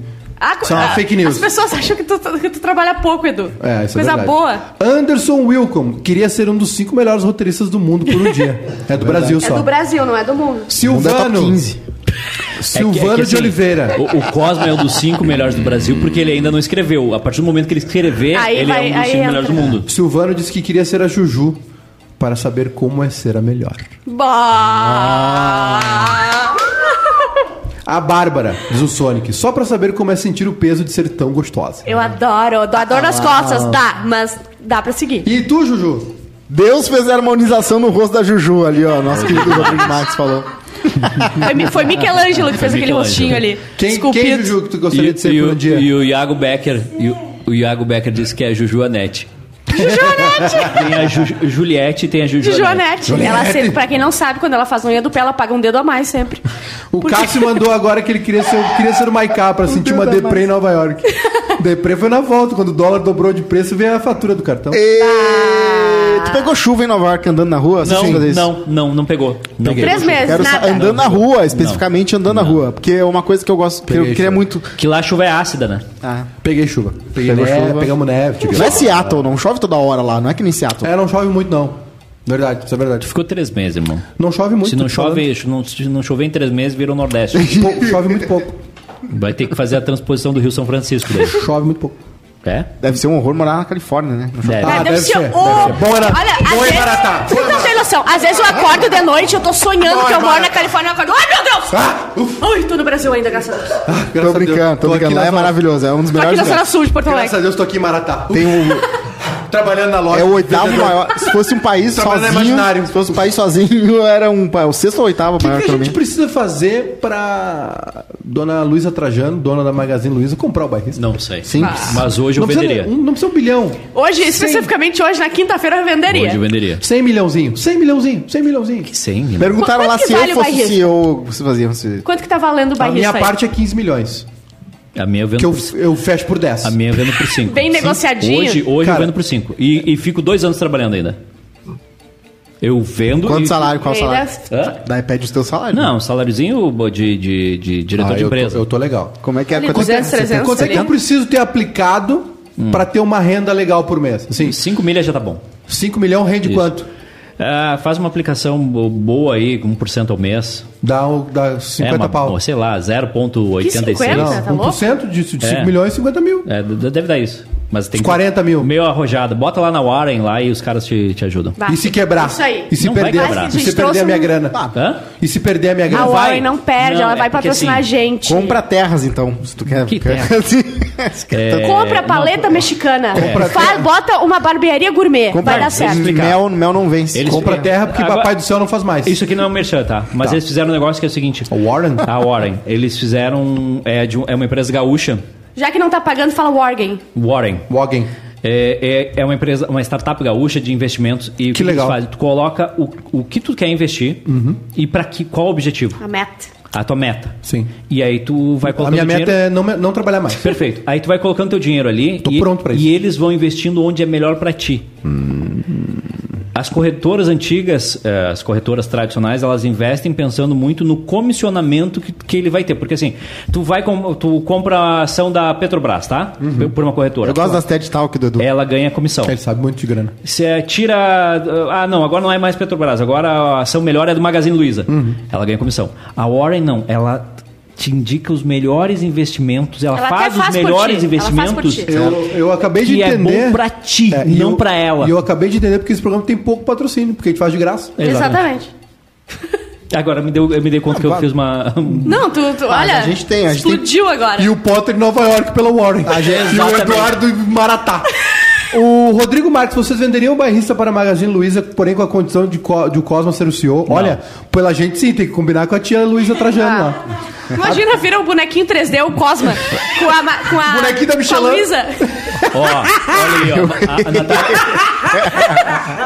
Ah, Isso é uma ah, fake news. As pessoas acham que tu, que tu trabalha pouco, Edu. É, isso é Coisa verdade. boa. Anderson Wilcom queria ser um dos cinco melhores roteiristas do mundo por um dia. É do Brasil É só. do Brasil, não é do mundo. Mundo é top Silvano. 15. É que- é que, Silvano de assim, Oliveira. O, o Cosmo é um dos cinco melhores do Brasil porque ele ainda não escreveu. A partir do momento que ele escrever, Aí ele é vai- um dos aí cinco entra. melhores do mundo. Silvano disse que queria ser a Juju para saber como é ser a melhor. Bah! A Bárbara, diz o Sonic, só para saber como é sentir o peso de ser tão gostosa. Eu adoro, eu adoro as costas, dá, mas dá pra seguir. E tu, Juju? Deus fez a harmonização no rosto da Juju ali, ó. Nosso querido Rodrigo Max falou. Foi, Mi- foi Michelangelo que fez aquele Michelangelo. rostinho ali. Quem, quem esculpido. Juju, que tu gostaria de ser e, por o- um dia? e o Iago Becker. e o, o Iago Becker disse que é a Juju Anete. Tem a Ju, Juliette e tem a Juju de Anete. Joanete. Ela sempre, pra quem não sabe, quando ela faz unha do pé, ela paga um dedo a mais sempre. O Cássio mandou agora que ele queria ser, queria ser o Maiká pra sentir uma deprê em Nova York. deprê foi na volta, quando o dólar dobrou de preço, veio a fatura do cartão. E... Tu pegou chuva em Nova York andando na rua? Vocês É. Não, fazer isso? não, não, não pegou. Não pegou. Três meses, Quero sa- nada. andando na rua, especificamente andando na rua. Porque é uma coisa que eu gosto, que eu Peguei queria chuva. muito. Que lá a chuva é ácida, né? Ah. Peguei chuva. Peguei Pegou neve, chuva. Pegamos neve. tive- Não é Seattle, não chove toda hora lá, não é que nem Seattle. É, não chove muito, não. Verdade, isso é verdade. Ficou três meses, irmão. Não chove muito. Se não tô te falando. chove, se não, se não chover em três meses, vira o Nordeste. Pou- chove muito pouco. Vai ter que fazer a transposição do Rio São Francisco daí. Chove muito pouco. É? Deve ser um horror morar na Califórnia, né? Não chove. Deve. Ah, Ah, deve, deve ser. ser, oh, deve ser. Bom era- Olha, às bom vezes- Maratá, Tu não tem noção. Às vezes eu acordo de noite, eu tô sonhando que eu moro na Califórnia, eu acordo. Ai, meu Deus! Tá? Ai, tô no Brasil ainda, graças a Deus. Tô Tô Graças a Deus, brincando, tô aqui brincando. na Lá é zona- maravilhoso, é um dos aqui melhores na Zona lugares. Sul de Porto Graças Alegre. a Deus, tô aqui em Maratá. Tem o, Trabalhando na loja. É o oitavo maior. Se fosse um país Trabalhando sozinho. imaginário. Se fosse um país sozinho, era um, pa- o sexto ou oitavo O que, maior que a gente economia. precisa fazer pra dona Luísa Trajano, dona da Magazine Luiza, comprar o bairrista? Não sei. Simples. Mas hoje eu não precisa, venderia. um- não precisa um bilhão. Hoje, especificamente hoje, na quinta-feira, eu venderia. Hoje eu venderia. 100 milhãozinho. 100 milhãozinho. 100 milhãozinho. 100 milhões. Perguntaram Quanto lá que se eu vale fosse o bairrista? CEO, você fazia. Você... Quanto que tá valendo o A barril? minha parte é 15 milhões. A minha eu vendo Que eu, por c- eu fecho por 10. A minha eu vendo por 5. Bem negociadinho. Hoje, hoje Cara. eu vendo por 5. E, e fico dois anos trabalhando ainda. Eu vendo. Quanto e... salário? Qual salário? né? Hã? Daí pede o teu salário. né? Não, um saláriozinho de, de, de diretor Ah, de eu, tô, empresa. eu tô legal. Como é que é? Ali, Quanto é que- 200, você tem- 300, quanto Quanto é é que eu Excelente. preciso ter aplicado Hum. pra ter uma renda legal por mês? Assim, 5 milhas já tá bom. 5 milhões rende Isso. quanto? Ah, faz uma aplicação bo- boa aí, com 1% ao mês. Dá, o- dá 50 é uma, pau. Sei lá, Não, 0,86. tá louco? 1% de 5 É. milhões, 50 mil. É, d- d- deve dar isso. Mas tem Uns 40 mil. Meio arrojado. Bota lá na Warren lá e os caras te, te ajudam. Bah, E se quebrar? Isso aí. E se Não vai perder, quebrar. E se perder a minha grana? Hã? E se perder a minha A grana? Não vai. Warren não perde, Não, ela é vai porque, patrocinar a assim, gente. Compra terras, então, se tu quer. Que quer- terra? É. Sim. Se quer tanto- Compra não, paleta mexicana. Compra- Fa- bota uma barbearia gourmet. Compra vai dar certo. explicar. Mel, mel não vence. Eles- Compra Compra terra porque Agora- papai do céu não faz mais. Isso aqui não é um merchan, tá? Mas eles fizeram um negócio que é o seguinte. O Warren? A Warren. Eles fizeram... É, de um- é uma empresa gaúcha. Já que não tá pagando, fala Wargen. Warren. Wogen. É, é, é uma empresa, uma startup gaúcha de investimentos. E o que, legal. Uhum. eles fazem? Tu coloca o, o que tu quer investir e para que qual o objetivo? A meta. A tua meta. Sim. E aí tu vai A colocando minha o meta dinheiro... é não, me- não trabalhar mais. Perfeito. Aí tu vai colocando teu dinheiro ali Tô e, pronto pra isso. e eles vão investindo onde é melhor pra ti. As corretoras antigas, eh, as corretoras tradicionais, elas investem pensando muito no comissionamento que, que ele vai ter. Porque assim, tu vai com- tu compra a ação da Petrobras, tá? Uhum. Por uma corretora. Eu gosto das TED Talk do Edu. Ela ganha comissão. Ele sabe muito de grana. Você tira. Ah, não, agora não é mais Petrobras, agora a ação melhor é do Magazine Luiza. Ela ganha comissão. A Warren não, ela te indica os melhores investimentos, ela, Ela até faz, faz os por melhores ti, ela faz por investimentos. Eu, ti. eu acabei de Que é entender. bom pra ti, e não eu- pra ela. É. E eu acabei de entender porque esse programa tem pouco patrocínio, porque a gente faz de graça. Exatamente. Agora me deu, eu me dei conta que eu fiz uma. um, Não, tu, tu- olha. a gente tem, a gente tem- explodiu agora. E o Potter em Nova York pela Warren. gente- e o Exatamente. Eduardo em Maratá. O Rodrigo Marques, vocês venderiam o bairrista para a Magazine Luiza, porém com a condição de, co- de o Cosma ser o CEO? Olha, pela gente sim, tem que combinar com a tia Luísa Trajano lá. Ah. Imagina vira um bonequinho 3D, o Cosma. Com a. ma- Com a Bonequinho da Michelin. com a Luísa. Ó, olha aí, ó. A, a Natália.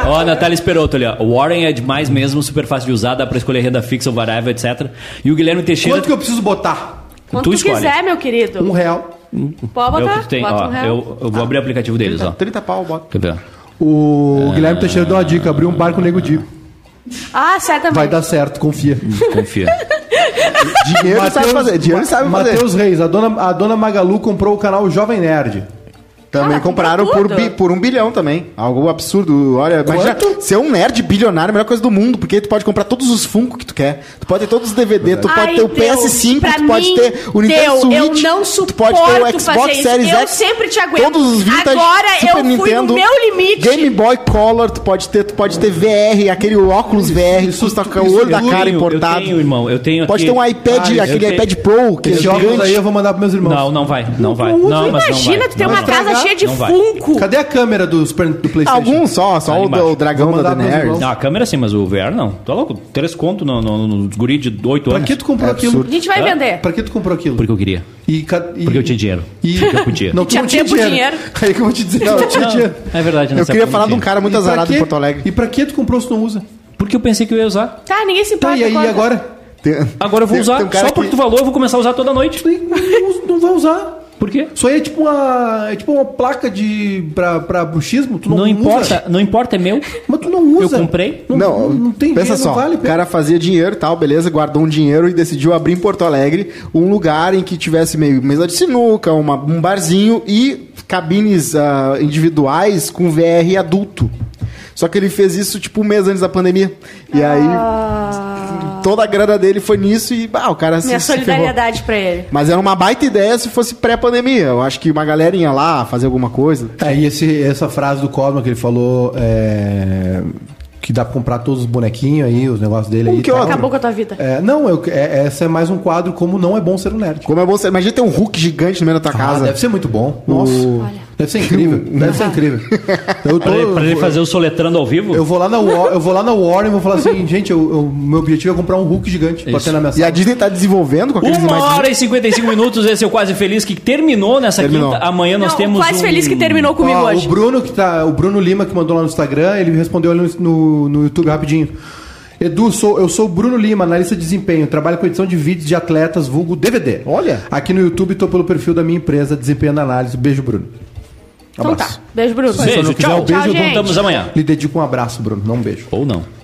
ó, a Natália Esperoto ali, ó. O Warren é demais mesmo, super fácil de usar, dá pra escolher renda fixa ou variável, etc. E o Guilherme Teixeira. Quanto que eu preciso botar? Quando Tu tu, escolhe. quiser, meu querido. Um real. É Pode o botar? que tu tem, Bota ó. um real. Tá. eu, eu vou abrir o aplicativo deles, ó. 30 pau, bota. Quer ver? O Guilherme Teixeira deu uma dica, abriu um bar com o Nego Di. Ah, certamente. Vai dar certo, confia. Confia. Dinheiro É, ele sabe fazer. Dinheiro ele sabe fazer. Matheus Reis, a dona, a dona Magalu comprou o canal Jovem Nerd. Também Ah, compraram comprou por, tudo. bi- por um bilhão também. Algo absurdo. Olha, imagina Quanto? ser um nerd bilionário é a melhor coisa do mundo, porque aí tu pode comprar todos os Funko que tu quer. Tu pode ter todos os DVD, tu pode Ai, ter o Deus, PS5, pra tu pode mim, ter o Nintendo Deus, Switch. Eu não tu pode ter o suporto fazer Xbox isso. Series Eu X. sempre te aguento. Todos os vintage, Agora eu Super fui no Nintendo, meu limite. Game Boy Color, tu pode ter, tu pode ter VR, aquele óculos VR que isso, custa isso, o olho isso, da eu cara tenho, Tá importado. Eu tenho, irmão. Eu tenho Pode aqui- ter um iPad, Ah, eu aquele tenho- iPad Pro, que é Esses jogos aí gigante. eu vou mandar pros meus irmãos. Não, não vai, não vai. Tu Não, mas não imagina vai, tu ter não uma vai. casa cheia de Não vai. Funko. Cadê a câmera do, Super- do PlayStation? Alguns só, só Tá o, embaixo. do dragão Vou da mandar pros Daenerys. irmãos. Não, a câmera sim, mas o VR não. Tá louco? Três conto no, no, no guri de 8 Pra anos. que tu comprou É aquilo? absurdo. A gente vai Hã? vender. Pra que tu comprou aquilo? Porque eu queria. E ca- e- Porque eu tinha dinheiro. E Porque eu podia. Não, tu Tinha não tinha tempo, dinheiro. dinheiro. Aí que eu vou te dizer, não, tinha dinheiro. É verdade. Eu nessa queria época falar não de um tinha. cara muito E pra azarado quê? em Porto Alegre. E pra que tu comprou se tu não usa? Porque eu pensei que eu ia usar. Tá, ninguém se Tá, importa. e aí agora. agora? Tem- Agora eu vou tem- usar. tem um cara Só porque que- tu falou, eu vou começar a usar toda noite. Tu nem- não, usa- não vai usar. Por quê? Isso aí é tipo uma, é tipo uma placa de pra, pra bruxismo. Tu não, Não, usa. importa, não importa, é meu. Mas tu não usa. Eu comprei. Não, não, tem pensa dinheiro, só, não vale. o cara fazia dinheiro e tal, beleza, guardou um dinheiro e decidiu abrir em Porto Alegre um lugar em que tivesse meio mesa de sinuca, uma- um barzinho e cabines ah, individuais com VR adulto. Só que ele fez isso tipo um mês antes da pandemia. E aí toda a grana dele foi nisso e bah, o cara se- Ah. Minha se ferrou. solidariedade pra ele. Mas era uma baita ideia se fosse pré-pandemia. Eu acho que uma galerinha lá fazer alguma coisa. É, e esse, essa frase do Cosma que ele falou é, que dá pra comprar todos os bonequinhos aí, os negócios dele aí. que e tal. outro? Acabou com a tua vida. É, não, eu, é, essa é mais um quadro como não é bom ser um nerd. Como é bom ser. Imagina ter um Hulk gigante no meio da tua Ah, casa. deve ser muito bom. O- Nossa. Olha. Deve ser incrível. Deve ser incrível. Eu tô. Pra ele, pra ele eu- fazer o soletrando ao vivo? Eu vou lá na War- eu vou lá na Warner e vou falar assim, gente, eu, eu- meu objetivo é comprar um Hulk gigante pra Isso. ter na minha E a sala. Disney tá desenvolvendo com aqueles Uma animais. hora e 55 minutos, esse é o Quase Feliz que terminou nessa um- Terminou. quinta. Amanhã nós Não, temos. Quase um- feliz que terminou comigo Ó, hoje. Ah, O Bruno, que tá, o Bruno Lima, que mandou lá no Instagram, ele me respondeu ali no, no, no YouTube rapidinho. Edu, sou, eu sou o Bruno Lima, analista de desempenho. Trabalho com edição de vídeos de atletas, vulgo DVD. Olha. Aqui no YouTube tô pelo perfil da minha empresa, Desempenhando Análise. Beijo, Bruno. Então tá. Beijo, Bruno. Beijo, Se eu não quiser tchau. um beijo, eu Tchau, dou um gente. Voltamos amanhã. Lhe dedico um abraço, Bruno, não um beijo. Ou não.